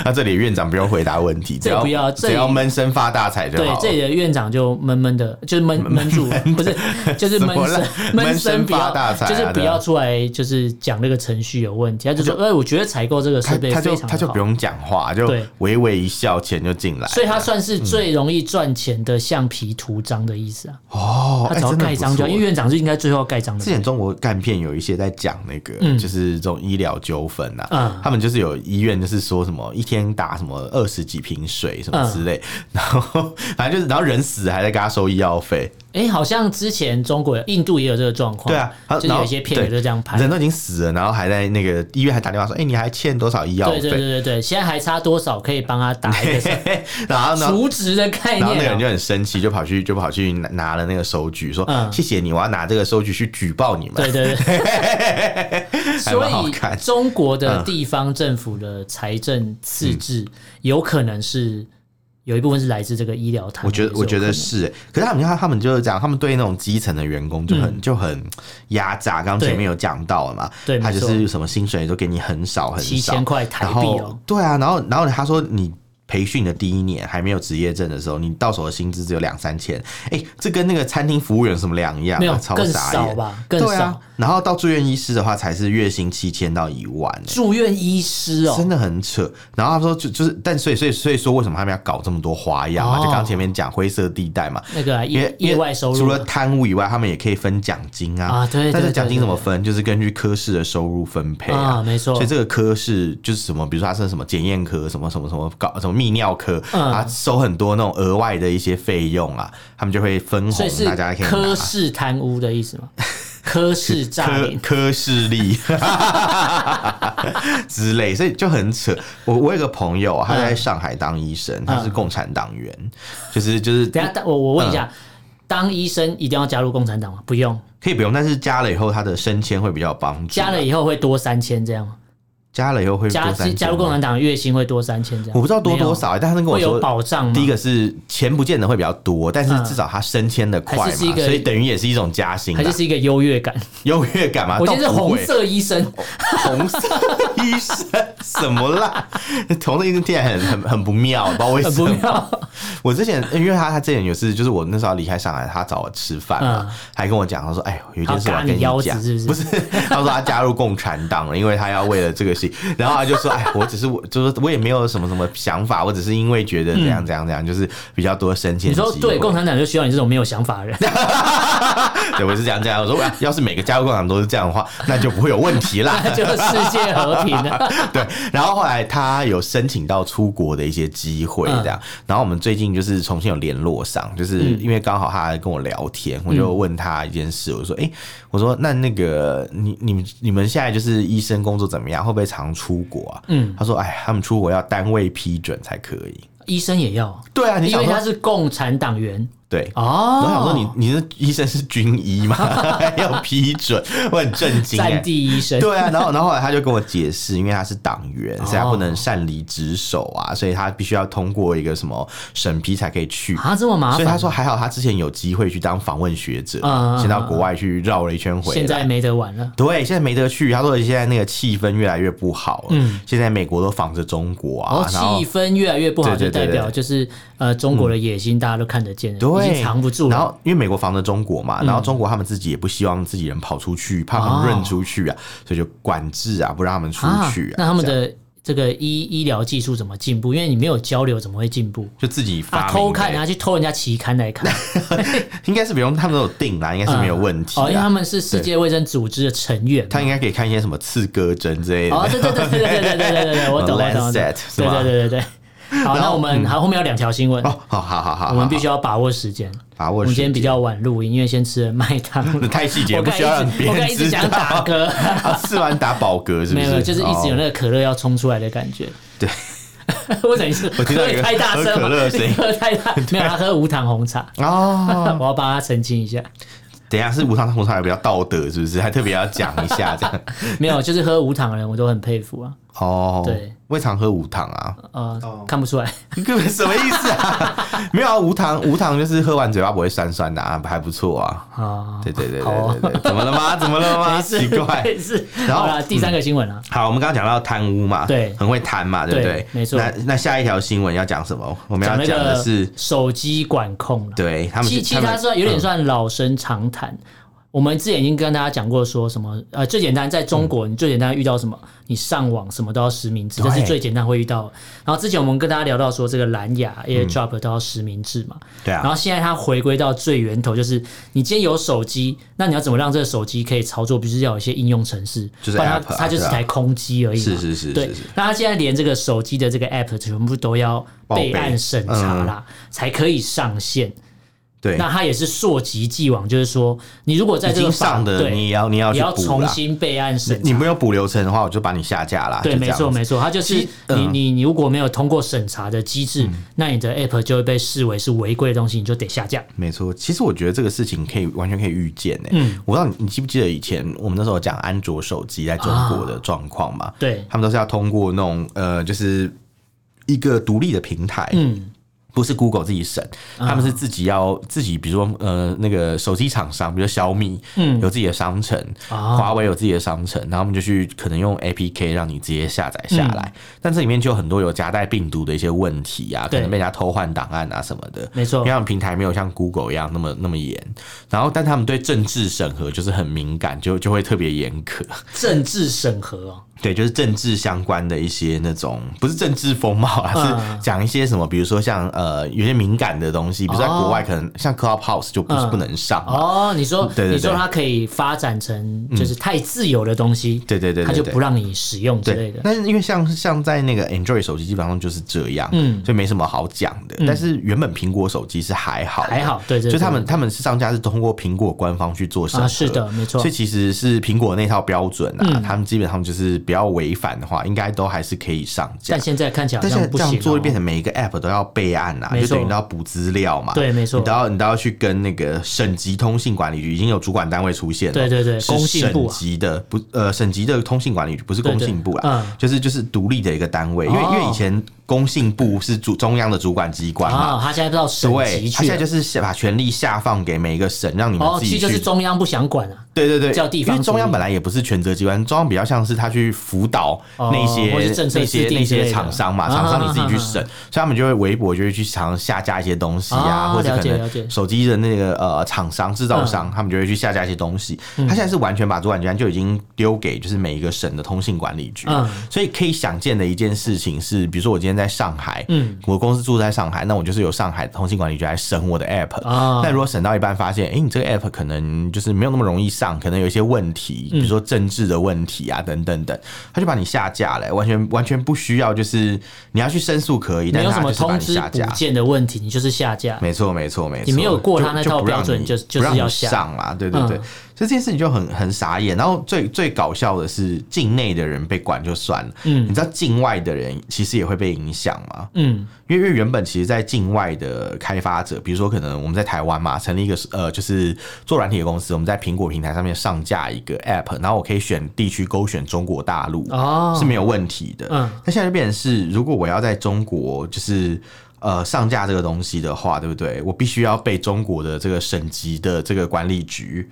Speaker 2: 那这里院长不用回答问题，只
Speaker 1: 这
Speaker 2: 要
Speaker 1: 不要这里
Speaker 2: 只要闷声发大财就
Speaker 1: 对
Speaker 2: 好，了。
Speaker 1: 这里的院长就闷闷的，就是闷闷住，不 是，就是闷
Speaker 2: 怎么
Speaker 1: 声
Speaker 2: 了
Speaker 1: 闷
Speaker 2: 闷
Speaker 1: 声
Speaker 2: 声
Speaker 1: 不要，
Speaker 2: 发大财啊
Speaker 1: 就是不
Speaker 2: 对啊
Speaker 1: 要出来，就是讲那个程序有问题。他就说，哎，我觉得采购这个设
Speaker 2: 他
Speaker 1: 备
Speaker 2: 他
Speaker 1: 非
Speaker 2: 就
Speaker 1: 常
Speaker 2: 他就
Speaker 1: 好
Speaker 2: 不，用讲话，就
Speaker 1: 对
Speaker 2: 微微一笑，钱就进来了。
Speaker 1: 所以他算
Speaker 2: 嗯
Speaker 1: 是最容易赚钱的橡皮图章的意思啊。
Speaker 2: 哦，
Speaker 1: 他只要
Speaker 2: 哎真的
Speaker 1: 盖章就好，
Speaker 2: 不错
Speaker 1: 因为院长是应该最后要盖章的
Speaker 2: 之。前中国干片有一些在讲那个，就是这种医疗纠纷呐，
Speaker 1: 嗯
Speaker 2: 他们就是有医院就是说什么一天打什么
Speaker 1: 嗯
Speaker 2: 二十几瓶水什么之类，然后反正就是然后人死还在给他收医药费，
Speaker 1: 哎、好像之前中国、印度也有这个状况，
Speaker 2: 对啊，他
Speaker 1: 哦就是
Speaker 2: 然后
Speaker 1: 有一些片子
Speaker 2: 对
Speaker 1: 就这样拍。
Speaker 2: 人都已经死了，然后还在那个医院还打电话说，哎、你还欠多少医药
Speaker 1: 对
Speaker 2: 费？
Speaker 1: 对对对对，现在还差多少可以帮他打一个什么
Speaker 2: 然后呢？
Speaker 1: 除职的概
Speaker 2: 然后那个
Speaker 1: 念
Speaker 2: 人
Speaker 1: 啊、
Speaker 2: 就很生气，就跑去就跑去拿拿了那个收据，说、
Speaker 1: 嗯
Speaker 2: 谢谢你，我要拿这个收据去举报你们。
Speaker 1: 对对对，
Speaker 2: 还
Speaker 1: 所
Speaker 2: 蛮好
Speaker 1: 以
Speaker 2: 看 嗯
Speaker 1: 中国的地方政府的财政赤字有可能是有一部分是来自这个医疗贪污
Speaker 2: 我觉得，我觉得
Speaker 1: 也是
Speaker 2: 是欸、可是他们，你看，他们就是这样，他们对那种基层的员工就很、
Speaker 1: 嗯
Speaker 2: 就很压榨。刚刚
Speaker 1: 对
Speaker 2: 前面有讲到了嘛，
Speaker 1: 对
Speaker 2: 他
Speaker 1: 没
Speaker 2: 就
Speaker 1: 错
Speaker 2: 是什么薪水都给你很少很
Speaker 1: 有七
Speaker 2: 少，
Speaker 1: 千块台
Speaker 2: 然
Speaker 1: 币
Speaker 2: 后
Speaker 1: 哦、
Speaker 2: 对啊，然后然后他说你培训的第一年还没有职业证的时候，你到手的薪资只有两三千，哎、这跟那个餐厅服务员有什么两样、啊？
Speaker 1: 没有
Speaker 2: 超
Speaker 1: 更
Speaker 2: 傻
Speaker 1: 少
Speaker 2: 眼。
Speaker 1: 吧，更
Speaker 2: 对
Speaker 1: 少。
Speaker 2: 啊，然后到住院医师的话，才是月薪七千到一万、欸，
Speaker 1: 住院医师哦、
Speaker 2: 真的很扯。然后他说就就是，但所以所以所以说，为什么他们要搞这么多花样啊？
Speaker 1: 哦
Speaker 2: 就刚前面讲灰色地带嘛，
Speaker 1: 那个啊
Speaker 2: 因
Speaker 1: 意
Speaker 2: 为
Speaker 1: 意外收
Speaker 2: 除
Speaker 1: 入
Speaker 2: 了
Speaker 1: 啊
Speaker 2: 贪污以外，他们也可以分奖金啊。
Speaker 1: 啊对对
Speaker 2: 但是
Speaker 1: 对
Speaker 2: 奖金
Speaker 1: 对
Speaker 2: 怎么
Speaker 1: 对
Speaker 2: 分，就是根据科室的收入分配
Speaker 1: 啊，
Speaker 2: 啊。
Speaker 1: 没错
Speaker 2: 所以，这个科室就是什么，比如说他是什么检验科，什么什么什么搞什么泌尿科，
Speaker 1: 嗯
Speaker 2: 啊，收很多那种额外的一些费用啊，他们就会分
Speaker 1: 所
Speaker 2: 红
Speaker 1: 以，是
Speaker 2: 大家可以拿啊
Speaker 1: 科室贪污的意思 吗？科室诈
Speaker 2: 科
Speaker 1: 领
Speaker 2: 科势 力之类，所以就很扯。我我有个朋友，啊
Speaker 1: 嗯
Speaker 2: 他在上海当医生，他是共产党员，就是就是
Speaker 1: 等一下，我我问一下，当医生一定要加入共产党吗？不用，
Speaker 2: 可以不用，但是加了以后，他的升迁会比较有帮助。啊
Speaker 1: 加了以后会多三千这样吗？
Speaker 2: 加了以后会
Speaker 1: 加
Speaker 2: 多三千
Speaker 1: 加入共产
Speaker 2: 吗，
Speaker 1: 党月薪会多三千这样？
Speaker 2: 我不知道多多少、但他跟
Speaker 1: 没有，
Speaker 2: 我
Speaker 1: 会有
Speaker 2: 说。
Speaker 1: 保障吗？啊
Speaker 2: 第一个是钱不见得会比较多，但是
Speaker 1: 嗯
Speaker 2: 至少他升迁的快嘛，
Speaker 1: 还是是一个
Speaker 2: 所以等于也是一种加薪
Speaker 1: 还
Speaker 2: 啦
Speaker 1: 是，是一个优越感。
Speaker 2: 优越感嘛。
Speaker 1: 我今天是
Speaker 2: 倒不
Speaker 1: 红
Speaker 2: 会
Speaker 1: 色医生，
Speaker 2: 红色医生什么啦？红色医生听起来很很很不妙，不知道为
Speaker 1: 很
Speaker 2: 什
Speaker 1: 呃不
Speaker 2: 么。
Speaker 1: 妙。
Speaker 2: 我之前呃因为他他之前有次就是我那时候要离开上海，他找我吃饭嘛，
Speaker 1: 嗯
Speaker 2: 还跟我讲他说：“哎，有一件事我要
Speaker 1: 他
Speaker 2: 跟
Speaker 1: 嘎你腰
Speaker 2: 讲。”
Speaker 1: 子是
Speaker 2: 不
Speaker 1: 不
Speaker 2: 是，他说他加入共产党了，因为他要为了这 个事。然后他就说：“哎，我只是我就是我也没有什么什么想法，我只是因为觉得怎样怎样怎样，就是比较多升迁
Speaker 1: 你
Speaker 2: 机会。”
Speaker 1: 说对，共产党就需要你这种没有想法的人。
Speaker 2: 对，我是这样这样。我说哇要是每个加入共产党都是这样的话，那就不会有问题啦。
Speaker 1: 那就是世界和平 了。
Speaker 2: 对，然后后来他有申请到出国的一些机会，
Speaker 1: 嗯
Speaker 2: 这样。然后我们最近就是重新有联络上，就是因为刚好他还跟我聊天，我就问他一件事，我说：“哎、我说那那个你你们你们现在就是医生工作怎么样？会不会常出国啊？”嗯，他说：“哎，他们出国要单位批准才可以。
Speaker 1: 医生也要，”
Speaker 2: 对啊，你
Speaker 1: 因
Speaker 2: 想
Speaker 1: 为他
Speaker 2: 说
Speaker 1: 是共产党员
Speaker 2: 对。
Speaker 1: 哦。
Speaker 2: 我想说你，你是医生是军 医吗？要批准，我很震惊、欸。
Speaker 1: 战地医生，
Speaker 2: 对啊，然后然后后来他就跟我解释，因为他是党员，所以他
Speaker 1: 哦
Speaker 2: 不能擅离职守啊，所以他必须要通过一个什么审批才可以去。
Speaker 1: 啊，这么麻
Speaker 2: 所以他
Speaker 1: 烦，
Speaker 2: 说还好，他之前有机会去当访问学者，
Speaker 1: 嗯嗯嗯
Speaker 2: 先到国外去绕了一圈回
Speaker 1: 现在
Speaker 2: 来。
Speaker 1: 没得玩了。
Speaker 2: 对，现在没得去。他说现在那个气氛越来越不好了，现在美国都仿着中国
Speaker 1: 然后
Speaker 2: 啊，然后
Speaker 1: 嗯哦气氛越来越不好，
Speaker 2: 对对
Speaker 1: 就
Speaker 2: 对
Speaker 1: 代表就是呃中国的野心大家都看得见了，已
Speaker 2: 对，
Speaker 1: 经藏不住
Speaker 2: 然
Speaker 1: 了。
Speaker 2: 后因为美国防着中国嘛，
Speaker 1: 嗯
Speaker 2: 然后中国他们自己也不希望自己人跑出去，怕
Speaker 1: 哦
Speaker 2: 他们润出去啊，所以就管制啊，不让他们出去啊。
Speaker 1: 那他们
Speaker 2: 这样
Speaker 1: 的这个医医疗技术怎么进步？因为你没有交流，怎么会进步？
Speaker 2: 就自己发
Speaker 1: 啊，
Speaker 2: 明
Speaker 1: 偷看，
Speaker 2: 的
Speaker 1: 然后去偷人家期刊来 看，
Speaker 2: 应该是不用，他们都有定啦，应该是没有问题
Speaker 1: 哦，因为
Speaker 2: 啦。
Speaker 1: 他们是世界卫生组织的成员嘛
Speaker 2: 他。应该可以看一些什么刺胳针之类的。
Speaker 1: 哦，对对对对对对对对对对，我懂我懂，我懂
Speaker 2: Lancet，
Speaker 1: 对
Speaker 2: 是吗
Speaker 1: 对对对对。好，那我们还后面有两条新闻，
Speaker 2: 嗯哦，好好好好，
Speaker 1: 我们必
Speaker 2: 须
Speaker 1: 须要把握时间。
Speaker 2: 把
Speaker 1: 我
Speaker 2: 握
Speaker 1: 们
Speaker 2: 时
Speaker 1: 今天
Speaker 2: 间。
Speaker 1: 比较晚录音，因为先吃了麦当劳。
Speaker 2: 那太细节
Speaker 1: 我
Speaker 2: 不
Speaker 1: 刚才
Speaker 2: 需要让
Speaker 1: 一直
Speaker 2: 别
Speaker 1: 我刚
Speaker 2: 人
Speaker 1: 才一直
Speaker 2: 知
Speaker 1: 想打
Speaker 2: 道。
Speaker 1: 嗝，
Speaker 2: 啊吃完打饱嗝是不
Speaker 1: 没有，没有就是一直有
Speaker 2: 哦
Speaker 1: 那个可乐要冲出来的感觉。
Speaker 2: 对。
Speaker 1: 我等于是
Speaker 2: 我听到
Speaker 1: 喝
Speaker 2: 一个
Speaker 1: 太大声
Speaker 2: 喝可
Speaker 1: 了，
Speaker 2: 乐的声音
Speaker 1: 你喝太大，没有他喝无糖红茶，
Speaker 2: 哦，
Speaker 1: 我要帮他澄清一下，
Speaker 2: 等一下是无糖红茶也比较道德，是不是？还特别要讲一下这样。
Speaker 1: 没有，就是喝无糖的人我都很佩服啊，
Speaker 2: 哦，
Speaker 1: 对，
Speaker 2: 未尝喝无糖啊，
Speaker 1: 呃，看不出来，
Speaker 2: 你根本什么意思啊？没有啊，无糖无糖就是喝完嘴巴不会酸酸的啊，还不错啊。
Speaker 1: 啊，
Speaker 2: 对对对
Speaker 1: 好哦
Speaker 2: 对对对，怎么了吗？怎么了吗？
Speaker 1: 没事
Speaker 2: 奇怪，
Speaker 1: 没事，
Speaker 2: 然后
Speaker 1: 好了，第三个新闻啊，
Speaker 2: 好，我们刚刚讲到贪污嘛，
Speaker 1: 对
Speaker 2: 很会贪嘛，对不对
Speaker 1: 对？没错
Speaker 2: 那那下一条新闻要讲什么？我们要
Speaker 1: 那
Speaker 2: 讲的
Speaker 1: 个
Speaker 2: 是，
Speaker 1: 手机管控啊了，
Speaker 2: 对他们
Speaker 1: 其
Speaker 2: 是，
Speaker 1: 其实它
Speaker 2: 们嗯
Speaker 1: 算有点算老生常谈。我们之前已经跟大家讲过，说什么呃最简单，在中国你最简单遇到什么，你上网什么都要实名制，这
Speaker 2: 嗯对
Speaker 1: 是最简单会遇到的。然后之前我们跟大家聊到说，这个蓝牙 AirDrop 都要实名制嘛，
Speaker 2: 对
Speaker 1: 然
Speaker 2: 嗯啊，
Speaker 1: 后现在它回归到最源头，就是你今天有手机，那你要怎么让这个手机可以操作？必须要有一些应用程式，
Speaker 2: 就是
Speaker 1: 不然
Speaker 2: app
Speaker 1: 它
Speaker 2: 啊
Speaker 1: 它就是
Speaker 2: 对啊
Speaker 1: 台空机而已嘛。
Speaker 2: 是是是
Speaker 1: 对
Speaker 2: 是是，
Speaker 1: 那它现在连这个手机的
Speaker 2: 嗯
Speaker 1: 这个 app 全部都要备案审查啦，才可以上线。
Speaker 2: 对，
Speaker 1: 那他也是溯及既往，就是说，你如果在
Speaker 2: 已
Speaker 1: 这个
Speaker 2: 经
Speaker 1: 法
Speaker 2: 上的
Speaker 1: 对
Speaker 2: 你也要你也要
Speaker 1: 也
Speaker 2: 去
Speaker 1: 要
Speaker 2: 补
Speaker 1: 重
Speaker 2: 啦。
Speaker 1: 新备案审查。
Speaker 2: 你没有补流程的话，我就把你下架啦。
Speaker 1: 对，
Speaker 2: 就这
Speaker 1: 没
Speaker 2: 样
Speaker 1: 错，
Speaker 2: 子
Speaker 1: 没错，它就是
Speaker 2: 其实
Speaker 1: 你
Speaker 2: 嗯
Speaker 1: 你你如果没有通过审查的机制，那你的 app 就会被视为是违规的东西，你就得下架。
Speaker 2: 没错，其实我觉得这个事情可以完全可以预见诶、
Speaker 1: 嗯
Speaker 2: 我不知道你你记不记得以前我们那时候讲安卓手机在中
Speaker 1: 啊
Speaker 2: 国的状况嘛？
Speaker 1: 对，
Speaker 2: 他们都是要通过那种呃，就是一个独立的平台，
Speaker 1: 嗯，啊
Speaker 2: 不是 Google 自己审，他们是自己要自己，比如说呃，那个手机厂商，比如小米，
Speaker 1: 嗯
Speaker 2: 有自己的商城，
Speaker 1: 啊
Speaker 2: 华为有自己的商城，然后他们就去可能用 APK 让你直接下载下来，但这里面就有很多有夹带病毒的一些问题啊，
Speaker 1: 嗯
Speaker 2: 可
Speaker 1: 对
Speaker 2: 能被人家偷换档案啊什么的，
Speaker 1: 没错
Speaker 2: 因为他们平台没有像 Google 一样那么那么严，然后但他们对政治审核就是很敏感，就就会特别严苛，
Speaker 1: 政治审核哦，
Speaker 2: 对，就是政治相关的一些那种，不是政治风貌啦，
Speaker 1: 嗯
Speaker 2: 是讲一些什么，比如说像呃，有些敏感的东西，比如说在
Speaker 1: 哦
Speaker 2: 国外可能、像 Clubhouse 就不是
Speaker 1: 嗯
Speaker 2: 不能上嘛。
Speaker 1: 哦，你说
Speaker 2: 对对对嗯
Speaker 1: 你说它可以发展成就是太自由的东西，
Speaker 2: 对对对对
Speaker 1: 它就
Speaker 2: 对
Speaker 1: 不让你使用之类
Speaker 2: 对
Speaker 1: 的，。啊
Speaker 2: 但是因为像像在那个 Android 手机基本上就是这样，
Speaker 1: 嗯
Speaker 2: 所以没什么好讲的。但是原本苹果手机是还好的，
Speaker 1: 还好对对对
Speaker 2: 就他们他们是商家是通过苹果官方去做审核、
Speaker 1: 啊是的没错嗯
Speaker 2: 所以其实是苹果那套标准啊，他们基本上就是不要违反的话，应该都还是可以上架
Speaker 1: 但。现在看起来好
Speaker 2: 但
Speaker 1: 像
Speaker 2: 是
Speaker 1: 不
Speaker 2: 这样
Speaker 1: 行
Speaker 2: 做就变
Speaker 1: 哦。
Speaker 2: 成每一个 app 都要备案啦、
Speaker 1: 没
Speaker 2: 就
Speaker 1: 错
Speaker 2: 等于都要补资料嘛。
Speaker 1: 对没错
Speaker 2: 你都要你都要去跟那个省级通信管理局已经有主管单位出现了，
Speaker 1: 对对对
Speaker 2: 是
Speaker 1: 工信部
Speaker 2: 省
Speaker 1: 啊
Speaker 2: 级的不呃省级的通信管理局不是工信部啦，
Speaker 1: 对对嗯
Speaker 2: 就是就是独立的一个单位，因为、
Speaker 1: 哦
Speaker 2: 因为以前工信部是主中央的主管机关嘛。
Speaker 1: 啊，他现在到省
Speaker 2: 对，
Speaker 1: 级
Speaker 2: 他
Speaker 1: 去
Speaker 2: 现在就
Speaker 1: 了，
Speaker 2: 是下把权力下放给每一个省，让你们
Speaker 1: 哦，
Speaker 2: 自
Speaker 1: 其
Speaker 2: 己
Speaker 1: 实
Speaker 2: 去
Speaker 1: 就是中央不想管啊，
Speaker 2: 对对对，
Speaker 1: 叫地方
Speaker 2: 因为中
Speaker 1: 处
Speaker 2: 央
Speaker 1: 理
Speaker 2: 本来也不是权责机关，中央比较像是他去辅导
Speaker 1: 哦
Speaker 2: 那些、
Speaker 1: 或是政策
Speaker 2: 那
Speaker 1: 制
Speaker 2: 些
Speaker 1: 定
Speaker 2: 那
Speaker 1: 之类
Speaker 2: 些
Speaker 1: 的
Speaker 2: 厂商嘛，
Speaker 1: 啊
Speaker 2: 厂商你自己去
Speaker 1: 啊啊啊
Speaker 2: 审，所以他们就会微博就会去常下架一些东西啊，
Speaker 1: 啊
Speaker 2: 或者
Speaker 1: 了
Speaker 2: 可
Speaker 1: 解了解嗯
Speaker 2: 能手机的那个呃厂商制造商，他们就会去下架一些东西。他现在是完全把主管机关就已经丢给就是每一个省的通信管理局
Speaker 1: 嗯，
Speaker 2: 所以可以想见的一件事情是，比如说我今天在上海，
Speaker 1: 嗯
Speaker 2: 我公司住在上海，那我就是有上海的通信管理局来审我的 app，
Speaker 1: 啊
Speaker 2: 那如果审到一半发现，哎、你这个 app 可能就是没有那么容易上，可能有一些问题，
Speaker 1: 嗯
Speaker 2: 比如说政治的问题啊，等等等，他就把你下架了、完全完全不需要，就是你要去申诉可以，但
Speaker 1: 没有
Speaker 2: 是
Speaker 1: 什
Speaker 2: 他
Speaker 1: 么
Speaker 2: 就是把
Speaker 1: 通
Speaker 2: 你
Speaker 1: 知
Speaker 2: 下
Speaker 1: 补
Speaker 2: 架。
Speaker 1: 件的问题，你就是下架。
Speaker 2: 没错，没错，没错。
Speaker 1: 你没有过他那
Speaker 2: 就
Speaker 1: 套
Speaker 2: 就不让
Speaker 1: 标准
Speaker 2: 你
Speaker 1: 就就是
Speaker 2: 不让
Speaker 1: 要
Speaker 2: 你
Speaker 1: 下
Speaker 2: 上啦，对对对。
Speaker 1: 嗯
Speaker 2: 所以这件事情就很很傻眼。然后最最搞笑的是，境内的人被管就算了，
Speaker 1: 嗯
Speaker 2: 你知道境外的人其实也会被影响吗？
Speaker 1: 嗯，
Speaker 2: 因为因为原本其实，在境外的开发者，比如说可能我们在台湾嘛，成立一个呃，就是做软体的公司，我们在苹果平台上面上架一个 app，然后我可以选地区勾选中国大陆，
Speaker 1: 哦
Speaker 2: 是没有问题的。
Speaker 1: 嗯
Speaker 2: 那现在就变成是，如果我要在中国就是。呃，上架这个东西的话，对不对？我必须要被中国的这个省级的这个管理局，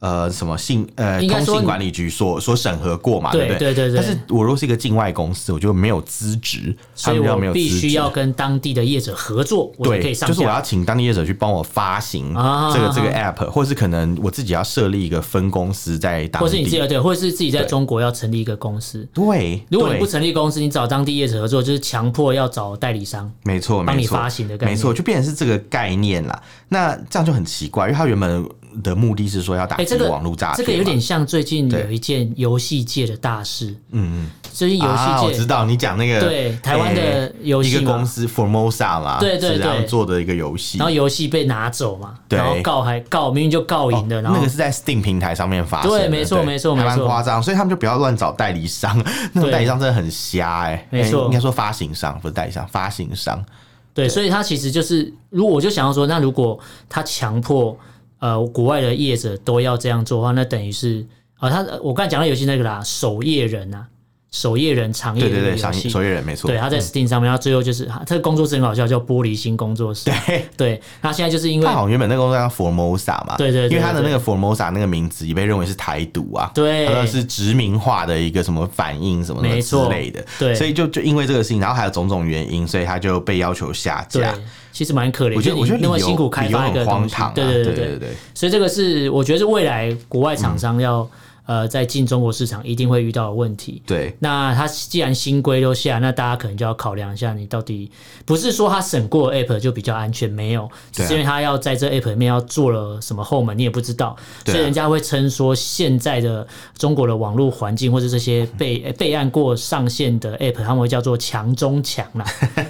Speaker 2: 呃，什么信呃
Speaker 1: 应该
Speaker 2: 通
Speaker 1: 说
Speaker 2: 信
Speaker 1: 你
Speaker 2: 管理局所所审核过嘛，对
Speaker 1: 对
Speaker 2: 不
Speaker 1: 对对对
Speaker 2: 但是我如果是一个境外公司，我就没有资质，他
Speaker 1: 所以
Speaker 2: 们就
Speaker 1: 我
Speaker 2: 没有
Speaker 1: 必
Speaker 2: 资
Speaker 1: 须
Speaker 2: 质
Speaker 1: 要跟当地的业者合作，我才可
Speaker 2: 对，
Speaker 1: 以上
Speaker 2: 就是我
Speaker 1: 架。
Speaker 2: 要请当地业者去帮我发行
Speaker 1: 啊
Speaker 2: 这个这个 app，或是可能我自己要设立一个分公司在当
Speaker 1: 或是你自己
Speaker 2: 地。
Speaker 1: 对，或是自己在
Speaker 2: 对
Speaker 1: 中国要成立一个公司。
Speaker 2: 对，
Speaker 1: 如果你
Speaker 2: 对
Speaker 1: 不成立公司，你找当地业者合作，就是强迫要找代理商。
Speaker 2: 没错，
Speaker 1: 帮你
Speaker 2: 没错
Speaker 1: 发行的概念
Speaker 2: 没错，就变成是这个概念啦。那这样就很奇怪，因为它原本的目的是说要打
Speaker 1: 哎，
Speaker 2: 击
Speaker 1: 这个
Speaker 2: 网络诈骗嘛，
Speaker 1: 这个有点像最近
Speaker 2: 对
Speaker 1: 有一件游戏界的大事。
Speaker 2: 嗯嗯，
Speaker 1: 最近游
Speaker 2: 啊，我
Speaker 1: 戏
Speaker 2: 知
Speaker 1: 界
Speaker 2: 道你讲那个
Speaker 1: 对台湾的
Speaker 2: 哎
Speaker 1: 游戏
Speaker 2: 一
Speaker 1: 嘛
Speaker 2: 个公司 Formosa 嘛，
Speaker 1: 对对
Speaker 2: 是他们
Speaker 1: 对
Speaker 2: 做的一个游戏，
Speaker 1: 然后游戏被拿走嘛，
Speaker 2: 对
Speaker 1: 然后告还告，明明就告赢的，
Speaker 2: 哦
Speaker 1: 然后
Speaker 2: 那个是在 Steam 平台上面发生的，
Speaker 1: 对没错没错
Speaker 2: 还蛮
Speaker 1: 没错
Speaker 2: 夸张，所以他们就不要乱找代 理商，那种
Speaker 1: 对
Speaker 2: 代理商真的很瞎哎、欸，
Speaker 1: 没错
Speaker 2: 应该说发行商不是代理商，发行商
Speaker 1: 对，所以他其实就是，如果我就想要说，那如果他强迫呃国外的业者都要这样做的话，那等于是啊、他我刚才讲到游戏那个啦，守夜人啊，守夜人长夜
Speaker 2: 对
Speaker 1: 人
Speaker 2: 对
Speaker 1: 的
Speaker 2: 对，
Speaker 1: 游
Speaker 2: 商
Speaker 1: 戏，
Speaker 2: 业守夜嗯人没错，
Speaker 1: 对，啊他在 Steam 上面，他最后就是他这个工作室很好笑，叫玻璃心工作室，
Speaker 2: 对。
Speaker 1: 对，他现在就是因为
Speaker 2: 他好像原本那个公司叫 Formosa 嘛，
Speaker 1: 对对对对
Speaker 2: 因为他的那个 Formosa 那个名字也被认为是台独啊，
Speaker 1: 对
Speaker 2: 他说是殖民化的一个什么反应什么什么
Speaker 1: 没
Speaker 2: 之
Speaker 1: 错
Speaker 2: 类的，
Speaker 1: 对
Speaker 2: 所以就就因为这个事情，然后还有种种原因，所以他就被要求下
Speaker 1: 对
Speaker 2: 架。，
Speaker 1: 其实蛮可怜，
Speaker 2: 我觉得
Speaker 1: 就
Speaker 2: 我觉得
Speaker 1: 你那么
Speaker 2: 理由
Speaker 1: 辛苦开
Speaker 2: 理由
Speaker 1: 发一
Speaker 2: 很
Speaker 1: 个
Speaker 2: 荒
Speaker 1: 东西
Speaker 2: 唐啊，，
Speaker 1: 对
Speaker 2: 对嗯
Speaker 1: 对
Speaker 2: 对，
Speaker 1: 所以这个是我觉得是未来国外厂商要、呃在进中国市场一定会遇到的问题。
Speaker 2: 对，
Speaker 1: 那它既然新规都下，那大家可能就要考量一下，你到底不是说它审过的 app 就比较安全，没有，只
Speaker 2: 对啊
Speaker 1: 是因为它要在这 app 里面要做了什么后门，你也不知道，
Speaker 2: 对啊
Speaker 1: 所以人家会称说现在的中国的网络环境或者这些被 备案过上线的 app，他们会叫做墙中墙 啦，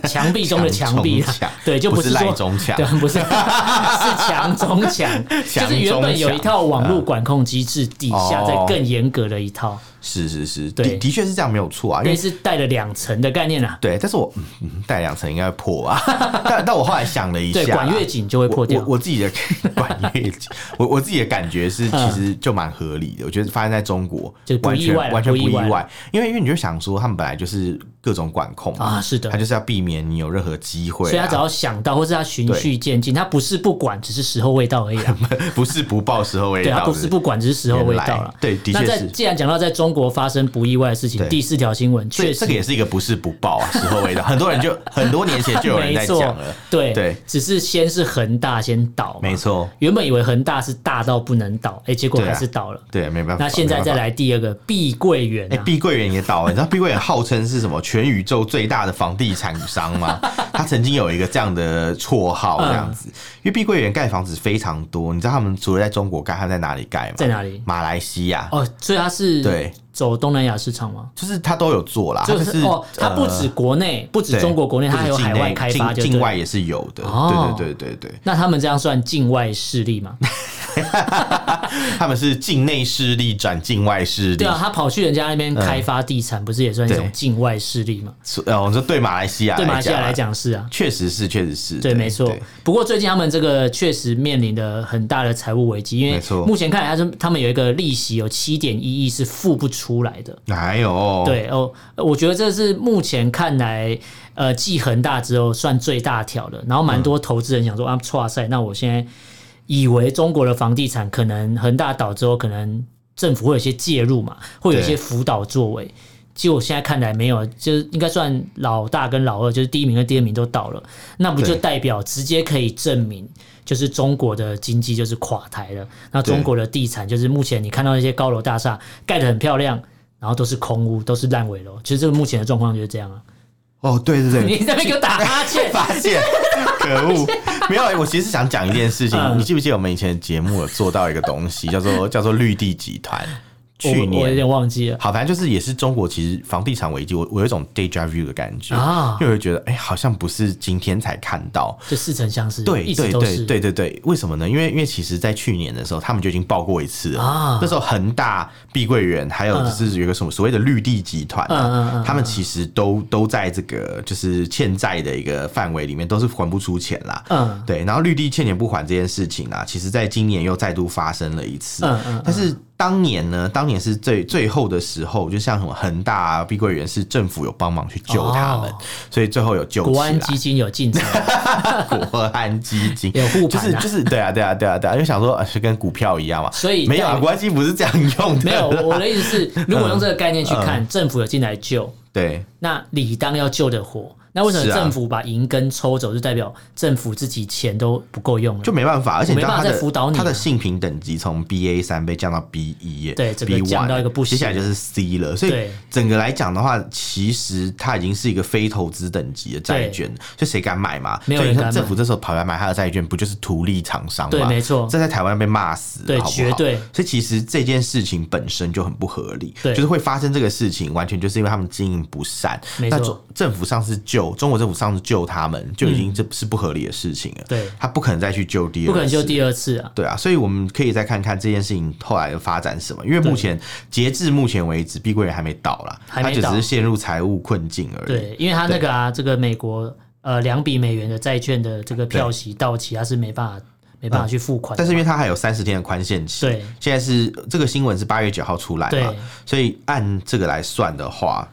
Speaker 1: 墙壁中的墙壁啦
Speaker 2: 墙中墙，
Speaker 1: 对，就
Speaker 2: 不
Speaker 1: 是
Speaker 2: 是赖
Speaker 1: 说
Speaker 2: 中墙
Speaker 1: 对， 不是是墙中 墙，就
Speaker 2: 墙
Speaker 1: 是原
Speaker 2: 中嗯
Speaker 1: 本有一
Speaker 2: 墙
Speaker 1: 套网络管控机制底下再
Speaker 2: 哦
Speaker 1: 更严格的一套。
Speaker 2: 是是是，
Speaker 1: 对
Speaker 2: 的的确是这样，没有错啊，因
Speaker 1: 类
Speaker 2: 为。
Speaker 1: 似带了两层的概念啦、
Speaker 2: 对，但是我嗯嗯带两层应该会破 吧，但但我后来想了一下
Speaker 1: 对，
Speaker 2: 啦，
Speaker 1: 管越紧就会破掉
Speaker 2: 我我我自己的 管乐器，我我自己的感觉是，其实就蛮合理的。我觉得发生在中国，
Speaker 1: 嗯就不
Speaker 2: 完
Speaker 1: 意
Speaker 2: 全
Speaker 1: 外啦
Speaker 2: 完全
Speaker 1: 不
Speaker 2: 不
Speaker 1: 意
Speaker 2: 意
Speaker 1: 外
Speaker 2: 外，因为因为你就想说，他们本来就是各种管控嘛
Speaker 1: 啊是的
Speaker 2: 他就是要避免你有任何机会啊、
Speaker 1: 所以他只要想到，或是他循序渐进，他不是不管，只是时候未到而已啦。
Speaker 2: 不是不报时候未
Speaker 1: 对，他
Speaker 2: 到，
Speaker 1: 不是不管，只是时候未到
Speaker 2: 原
Speaker 1: 了
Speaker 2: 来。对的确
Speaker 1: 那在
Speaker 2: 是
Speaker 1: 既然讲到在中国发生不意外的事情，
Speaker 2: 对
Speaker 1: 第四条新闻
Speaker 2: 所
Speaker 1: 确
Speaker 2: 以
Speaker 1: 实
Speaker 2: 这个也是一个不是不报啊，时候未到，很多人就很多年前就有人
Speaker 1: 没
Speaker 2: 在
Speaker 1: 错
Speaker 2: 讲了，，
Speaker 1: 对
Speaker 2: 对
Speaker 1: 只是先是恒大先倒嘛，
Speaker 2: 没错，
Speaker 1: 原本以为恒大是大到不能倒，哎、结果
Speaker 2: 对啊
Speaker 1: 还是倒了。
Speaker 2: 对，没办法。
Speaker 1: 那现在
Speaker 2: 没办法
Speaker 1: 再来第二个碧桂园、
Speaker 2: 哎、
Speaker 1: 啊，
Speaker 2: 碧桂园也倒了，你知道碧桂园号称是什么全宇宙最大的房地产商吗？他曾经有一个这样的绰号，
Speaker 1: 嗯
Speaker 2: 这样子，因为碧桂园盖房子非常多，你知道他们除了在中国盖，他们在哪里盖吗？
Speaker 1: 在哪里
Speaker 2: 马来西亚，
Speaker 1: 哦，所以他是
Speaker 2: 对
Speaker 1: 走东南亚市场吗？
Speaker 2: 就是他都有做啦，
Speaker 1: 就
Speaker 2: 他
Speaker 1: 是
Speaker 2: 是
Speaker 1: 哦，它不
Speaker 2: 呃
Speaker 1: 止国内，不止
Speaker 2: 对
Speaker 1: 中国国内，它
Speaker 2: 不
Speaker 1: 还
Speaker 2: 止
Speaker 1: 有
Speaker 2: 境
Speaker 1: 海外
Speaker 2: 内
Speaker 1: 开发，就
Speaker 2: 境
Speaker 1: 对
Speaker 2: 境
Speaker 1: 了
Speaker 2: 外也是有的，
Speaker 1: 哦
Speaker 2: 对对对对对，
Speaker 1: 那他们这样算境外势力 吗？
Speaker 2: 他们是境内势力转境外势力
Speaker 1: 对，啊，他跑去人家那边开发地产，不是也算一种
Speaker 2: 对
Speaker 1: 境外势力吗？
Speaker 2: 所呃，我们说对马来西亚
Speaker 1: 对马来西亚
Speaker 2: 啊
Speaker 1: 来，讲是啊，
Speaker 2: 确实是，确实是，
Speaker 1: 对，没错
Speaker 2: 对。
Speaker 1: 不过最近他们这个确实面临的很大的财务危机，因为
Speaker 2: 没错
Speaker 1: 目前看来，他是他们有一个利息有七点一亿是付不出来的。
Speaker 2: 哪有？
Speaker 1: 对哦，我觉得这是目前看来，呃，继恒大之后算最大条的。然后蛮多投资人想说、啊，哇塞，那我现在以为中国的房地产可能恒大倒之后，可能政府会有一些介入嘛，会有一些
Speaker 2: 对
Speaker 1: 辅导作为。结果现在看来没有，就是应该算老大跟老二，就是第一名跟第二名都倒了，那不就
Speaker 2: 对
Speaker 1: 代表直接可以证明，就是中国的经济就是垮台了。那中
Speaker 2: 对
Speaker 1: 国的地产就是目前你看到一些高楼大厦盖得很漂亮，然后都是空屋，都是烂尾楼。其实这个目前的状况就是这样啊。
Speaker 2: 哦，对对对，，
Speaker 1: 你在那边给我打哈欠
Speaker 2: 发现，可恶！没有，我其实想讲一件事情，
Speaker 1: 嗯
Speaker 2: 你记不记得我们以前的节目有做到一个东西，叫做叫做绿地集团？去
Speaker 1: 我我有
Speaker 2: 年
Speaker 1: 点忘记了
Speaker 2: 好，反正就是也是中国，其实房地产危机，我我有一种 deja vu 的感觉，
Speaker 1: 啊
Speaker 2: 因，为我觉得哎、好像不是今天才看到。
Speaker 1: 就似曾相识，
Speaker 2: 对
Speaker 1: 一
Speaker 2: 对
Speaker 1: 直都
Speaker 2: 对
Speaker 1: 是
Speaker 2: 对对对，为什么呢？因为因为其实，在去年的时候，他们就已经报过一次了。
Speaker 1: 啊嗯
Speaker 2: 那时候恒大、碧桂园，还有就是有一个什么所谓的绿地集团、啊，
Speaker 1: 嗯嗯嗯嗯
Speaker 2: 他们其实都都在这个就是欠债的一个范围里面，都是还不出钱啦。
Speaker 1: 嗯
Speaker 2: 对，然后绿地欠钱不还这件事情啊，其实在今年又再度发生了一次。
Speaker 1: 嗯嗯
Speaker 2: 但是当年呢，当年是最最后的时候，就像什么恒大、啊、碧桂园是政府有帮忙去救他们，
Speaker 1: 哦
Speaker 2: 所以最后有救起
Speaker 1: 国安
Speaker 2: 来。
Speaker 1: 基金有进 场，
Speaker 2: 国安基金
Speaker 1: 有护
Speaker 2: 就
Speaker 1: 盘
Speaker 2: 是
Speaker 1: 啊
Speaker 2: 就是对啊对啊对啊对啊，因为想说呃是跟股票一样嘛，
Speaker 1: 所以
Speaker 2: 没有啊，
Speaker 1: 在
Speaker 2: 国安基金不是这样用的，
Speaker 1: 没有，我我的意思是，如果用这个概念去
Speaker 2: 嗯
Speaker 1: 看，政府有进来救，
Speaker 2: 对
Speaker 1: 那理当要救得活。那为什么
Speaker 2: 是啊
Speaker 1: 政府把银根抽走，就代表政府自己钱都不够用了？
Speaker 2: 就没办法，而且你知道
Speaker 1: 我没办法
Speaker 2: 他
Speaker 1: 再辅导
Speaker 2: 的
Speaker 1: 你啊
Speaker 2: 他的性评等级从 B A 三被降到 B 一耶，
Speaker 1: 对整个
Speaker 2: B1
Speaker 1: 降到一个不行
Speaker 2: 接下来就是 C 了，所以
Speaker 1: 对
Speaker 2: 整个来讲的话，其实它已经是一个非投资等级的债券，就谁敢买嘛？
Speaker 1: 没有
Speaker 2: 所以
Speaker 1: 人
Speaker 2: 你
Speaker 1: 敢
Speaker 2: 看
Speaker 1: 买
Speaker 2: 政府这时候跑来买他的债券，不就是图利厂商吗？
Speaker 1: 对没错
Speaker 2: 这在台湾被骂死，
Speaker 1: 对
Speaker 2: 好不好
Speaker 1: 绝对
Speaker 2: 所以其实这件事情本身就很不合理，
Speaker 1: 对
Speaker 2: 就是会发生这个事情，完全就是因为他们经营不善。
Speaker 1: 没错
Speaker 2: 那中政府上次救中国政府上次救他们，就已经这是不合理的事情了。
Speaker 1: 嗯对
Speaker 2: 他不可能再去救第二次，
Speaker 1: 不可能救第二次啊！
Speaker 2: 对啊，所以我们可以再看看这件事情后来的发展是什么。因为目前截至目前为止，碧桂园还没倒啦，
Speaker 1: 还
Speaker 2: 它
Speaker 1: 没
Speaker 2: 就
Speaker 1: 倒
Speaker 2: 只是陷入财务困境而已。
Speaker 1: 对，因为他那个啊，这个美国呃两笔美元的债券的这个票息到期，他是没办法没办法去付款的。
Speaker 2: 嗯但是因为它还有三十天的宽限期，
Speaker 1: 对，
Speaker 2: 现在是这个新闻是八月九号出来
Speaker 1: 对
Speaker 2: 嘛，所以按这个来算的话，啊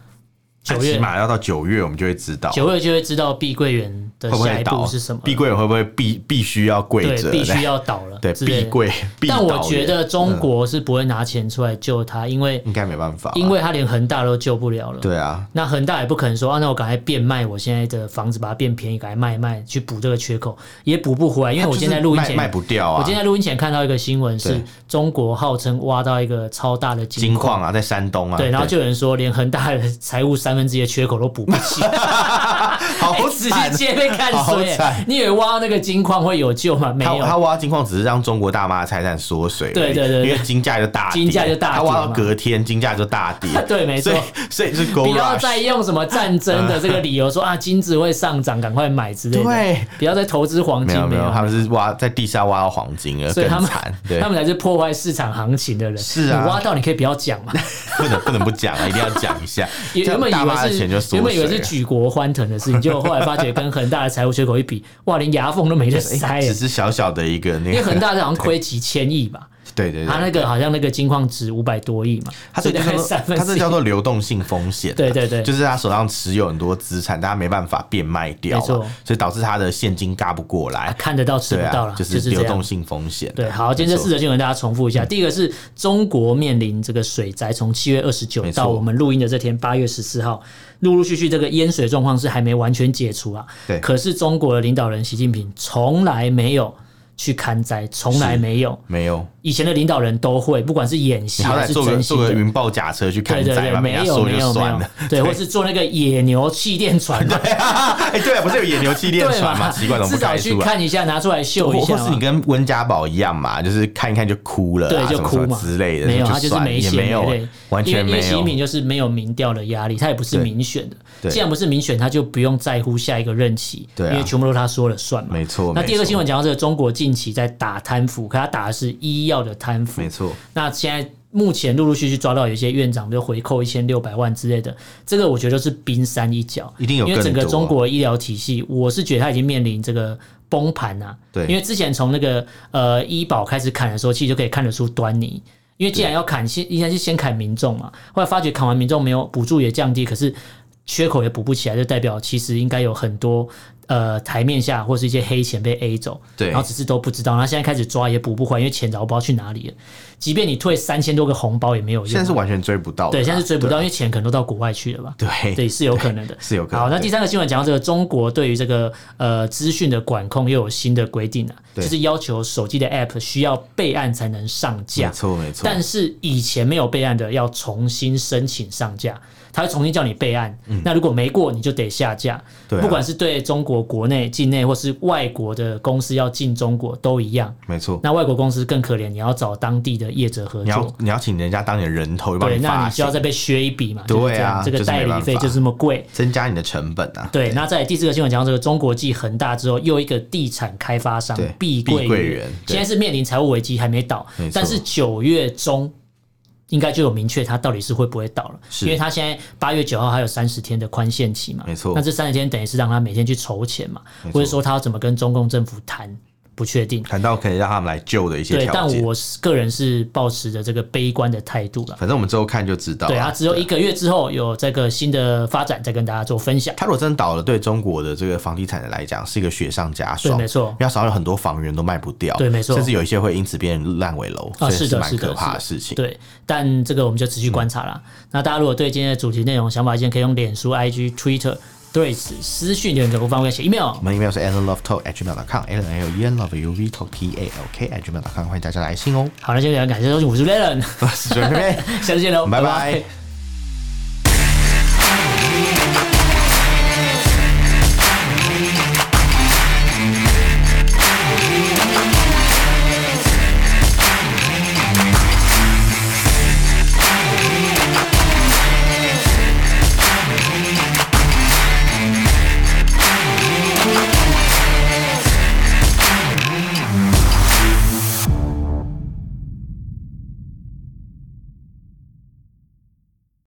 Speaker 1: 九
Speaker 2: 起
Speaker 1: 月
Speaker 2: 码要到九月，我们就会知道
Speaker 1: 九月就会知道碧桂园的
Speaker 2: 会不
Speaker 1: 下
Speaker 2: 会
Speaker 1: 一
Speaker 2: 倒
Speaker 1: 步是什么了，
Speaker 2: 碧桂园会不会必必须要跪
Speaker 1: 对
Speaker 2: 着？
Speaker 1: 必须要倒了，
Speaker 2: 对
Speaker 1: 之类
Speaker 2: 碧
Speaker 1: 的
Speaker 2: 桂，必
Speaker 1: 但我
Speaker 2: 倒嗯
Speaker 1: 觉
Speaker 2: 园
Speaker 1: 得中国是不会拿钱出来救他，因为
Speaker 2: 应该没办法啊，
Speaker 1: 因为他连恒大都救不了了。
Speaker 2: 对啊，
Speaker 1: 那恒大也不可能说啊，那我赶快变卖我现在的房子，把它变便宜，赶快卖一卖去补这个缺口，也补不回来。因为我今天在录音
Speaker 2: 卖
Speaker 1: 前，
Speaker 2: 卖不掉啊，
Speaker 1: 我今天在录音前看到一个新闻，是
Speaker 2: 对
Speaker 1: 中国号称挖到一个超大的
Speaker 2: 金
Speaker 1: 金矿，
Speaker 2: 矿啊，在山东啊，
Speaker 1: 对，然后就有人说连恒大的财务三分之一的缺口都补不起，
Speaker 2: 好
Speaker 1: 哎直
Speaker 2: 惨啊。
Speaker 1: 接被看
Speaker 2: 好
Speaker 1: 衰
Speaker 2: 惨。
Speaker 1: 你以为挖到那个金矿会有救吗？没
Speaker 2: 他
Speaker 1: 有，
Speaker 2: 他挖金矿只是让中国大妈的财产缩水而已，
Speaker 1: 对对对对
Speaker 2: 因为金价就大跌，
Speaker 1: 金价就大跌
Speaker 2: 他挖到
Speaker 1: 嘛，
Speaker 2: 隔天金价就大跌
Speaker 1: 对没错
Speaker 2: 所以所以是 g o
Speaker 1: 不要再用什么战争的这个理 由说啊，金子会上涨，赶快买之类的。
Speaker 2: 对，
Speaker 1: 不要再投资黄
Speaker 2: 没
Speaker 1: 金，
Speaker 2: 有没
Speaker 1: 没
Speaker 2: 有，他们是挖在地下挖到黄金 了，
Speaker 1: 所以他
Speaker 2: 更
Speaker 1: 们
Speaker 2: 惨，对
Speaker 1: 他，们才是破坏市场行情的人。
Speaker 2: 是啊
Speaker 1: 你挖到你可以不要讲嘛。
Speaker 2: 不能不能不讲啊，一定要讲一下。
Speaker 1: 原 原
Speaker 2: 这样
Speaker 1: 本以
Speaker 2: 大妈的
Speaker 1: 为是
Speaker 2: 钱就缩
Speaker 1: 原本以为
Speaker 2: 水
Speaker 1: 是
Speaker 2: 了
Speaker 1: 举国欢腾的事情，结果后来发觉跟恒大的财务缺口一比，哇，连牙缝都没得塞耶
Speaker 2: 只。是小小的一个那
Speaker 1: 因为
Speaker 2: 个，
Speaker 1: 恒大好像亏几千亿吧，
Speaker 2: 对 对对，
Speaker 1: 他那个好像那个金矿值五百多亿嘛，
Speaker 2: 他
Speaker 1: 所
Speaker 2: 这
Speaker 1: 以大
Speaker 2: 个
Speaker 1: 概
Speaker 2: 叫做
Speaker 1: 三分
Speaker 2: 他这
Speaker 1: 之一
Speaker 2: 叫。做流动性风险啊，
Speaker 1: 对对对
Speaker 2: 就是他手上持有很多资产，但他没办法变卖掉
Speaker 1: 没
Speaker 2: 嘛，
Speaker 1: 错
Speaker 2: 所以导致他的现金嘎不过来，
Speaker 1: 看得到吃
Speaker 2: 对
Speaker 1: 不到
Speaker 2: 啊
Speaker 1: 了，，
Speaker 2: 就是流
Speaker 1: 这样
Speaker 2: 动。性风险。
Speaker 1: 对，好，今天这四则新闻跟大家重复一
Speaker 2: 嗯
Speaker 1: 下。第一个是中国面临这个水灾，从七月二十九
Speaker 2: 没错
Speaker 1: 到我们录音的这天八月十四号，陆陆续续这个淹水状况是还没完全解除啊。
Speaker 2: 对
Speaker 1: 可是中国的领导人习近平从来没有去看灾，从来
Speaker 2: 是
Speaker 1: 没有。
Speaker 2: 没有，
Speaker 1: 以前的领导人都会，不管是演
Speaker 2: 你
Speaker 1: 习
Speaker 2: 好
Speaker 1: 还
Speaker 2: 歹
Speaker 1: 是
Speaker 2: 坐个
Speaker 1: 真
Speaker 2: 坐
Speaker 1: 心
Speaker 2: 个
Speaker 1: 的。
Speaker 2: 云豹假车去
Speaker 1: 对
Speaker 2: 看
Speaker 1: 对
Speaker 2: 灾
Speaker 1: 对，
Speaker 2: 嘛，
Speaker 1: 没
Speaker 2: 人家
Speaker 1: 有
Speaker 2: 说
Speaker 1: 没
Speaker 2: 就
Speaker 1: 有没
Speaker 2: 算
Speaker 1: 有
Speaker 2: 了。，
Speaker 1: 对，或是坐那个野牛气垫船嘛，
Speaker 2: 哎，对啊，不是有野牛气 垫
Speaker 1: 对
Speaker 2: 船吗？
Speaker 1: 嘛，
Speaker 2: 奇怪，怎么
Speaker 1: 至
Speaker 2: 不
Speaker 1: 少
Speaker 2: 开
Speaker 1: 去
Speaker 2: 出来？
Speaker 1: 看一下，拿出来秀一
Speaker 2: 或
Speaker 1: 下
Speaker 2: 或
Speaker 1: 嘛
Speaker 2: 是你。跟温家宝一样嘛，就是看一看就哭了啊，
Speaker 1: 对，就
Speaker 2: 什么
Speaker 1: 哭
Speaker 2: 什么
Speaker 1: 嘛
Speaker 2: 之类的，
Speaker 1: 没有，
Speaker 2: 就
Speaker 1: 他就是
Speaker 2: 算了
Speaker 1: 没
Speaker 2: 也
Speaker 1: 血
Speaker 2: 没有
Speaker 1: 泪，，
Speaker 2: 完全
Speaker 1: 因为
Speaker 2: 没
Speaker 1: 因为习
Speaker 2: 有
Speaker 1: 近。平就是没有民调的压力，他也不是
Speaker 2: 对
Speaker 1: 民选的，
Speaker 2: 对
Speaker 1: 既然不是民选，他就不用在乎下一个任期，
Speaker 2: 对啊
Speaker 1: 因为全部都是他说了算嘛。
Speaker 2: 没错
Speaker 1: 那
Speaker 2: 没
Speaker 1: 第二个
Speaker 2: 错
Speaker 1: 新闻讲到这个，中国近期在打贪腐，可他打的是医药的贪腐，
Speaker 2: 没错。
Speaker 1: 那现在目前陆陆续续抓到有一些院长，比如回扣一千六百万之类的，这个我觉得就是冰山一角，
Speaker 2: 一定有
Speaker 1: 因为
Speaker 2: 更
Speaker 1: 整个
Speaker 2: 多啊
Speaker 1: 中国医疗体系，我是觉得它已经面临这个崩盘啊。
Speaker 2: 对
Speaker 1: 因为之前从那个呃医保开始砍的时候，其实就可以看得出端倪。因为既然要砍，先应该是先砍民众嘛，后来发觉砍完民众没有补助也降低，可是缺口也补不起来，就代表其实应该有很多呃台面下或是一些黑钱被 A 走，
Speaker 2: 对
Speaker 1: 然后只是都不知道，然后现在开始抓也补不回来，因为钱早不知道去哪里了。即便你退三千多个红包也没有用啊，
Speaker 2: 现在是完全追不到的啦，
Speaker 1: 对，现在是追不到，因为钱可能都到国外去了吧？
Speaker 2: 啊对
Speaker 1: 对，是有可能的，
Speaker 2: 是有可能
Speaker 1: 好，那
Speaker 2: 对
Speaker 1: 第三个新闻讲到这个，呃中国对于这个呃资讯的管控又有新的规定了、啊就
Speaker 2: 对
Speaker 1: 是要求手机的 App 需要备案才能上架
Speaker 2: 没。错没错。
Speaker 1: 但是以前没有备案的要重新申请上架，他会重新叫你备案。那如果没过，你就得下架。
Speaker 2: 嗯对啊
Speaker 1: 不管是对中国国内、境内或是外国的公司要进中国都一样。
Speaker 2: 没错，
Speaker 1: 那外国公司更可怜，你要找当地的业者合
Speaker 2: 你
Speaker 1: 作
Speaker 2: 要。你要请人家当你的人头，帮
Speaker 1: 对，那
Speaker 2: 发
Speaker 1: 你就要
Speaker 2: 行，
Speaker 1: 再被削一笔嘛。
Speaker 2: 对啊
Speaker 1: 就是这样这个
Speaker 2: 就是没
Speaker 1: 代理费
Speaker 2: 办法
Speaker 1: 就这么贵。
Speaker 2: 增加你的成本啊。
Speaker 1: 对，那在第四个新闻讲到这个中国继恒大之后，又一个地产开发商
Speaker 2: 对
Speaker 1: 碧桂
Speaker 2: 碧桂园对
Speaker 1: 现在是面临财务危机，还没倒
Speaker 2: 没，错
Speaker 1: 但是九月中。应该就有明确它到底是会不会倒了，
Speaker 2: 是
Speaker 1: 因为它现在八月九号还有三十天的宽限期嘛，
Speaker 2: 没错
Speaker 1: 那这三十天等于是让它每天去筹钱嘛，
Speaker 2: 没错
Speaker 1: 或者说它要怎么跟中共政府谈，不确定。
Speaker 2: 谈到可以让他们来救的一些
Speaker 1: 对，
Speaker 2: 条
Speaker 1: 但
Speaker 2: 件。
Speaker 1: 我是个人是抱持着这个悲观的态度了。
Speaker 2: 反正我们之后看就知道啊。
Speaker 1: 对，它只有一个月之后有这个新的发展，再跟大家做分享。
Speaker 2: 他如果真的倒了，对中国的这个房地产来讲是一个雪上加霜，
Speaker 1: 对没错
Speaker 2: 因为它手上有很多房源都卖不掉，
Speaker 1: 对没错
Speaker 2: 甚至有一些会因此变成烂尾楼，
Speaker 1: 啊，
Speaker 2: 所以
Speaker 1: 是的，
Speaker 2: 蛮
Speaker 1: 是的，
Speaker 2: 可怕的
Speaker 1: 是
Speaker 2: 事情。
Speaker 1: 对，但这个我们就持续观察啦。那大家如果对今天的主题内容有想法，见可以用脸书、IG、Twitter 对此私讯留言给我方便写 email
Speaker 2: 我。们 email 是 alan love talk at gmail com alan l e n love u v talk t a l k at gmail com，欢迎大家来信哦。
Speaker 1: 好，那今天感谢收听，我是 Leon，
Speaker 2: 我是准备，
Speaker 1: 下次见喽，
Speaker 2: 拜拜。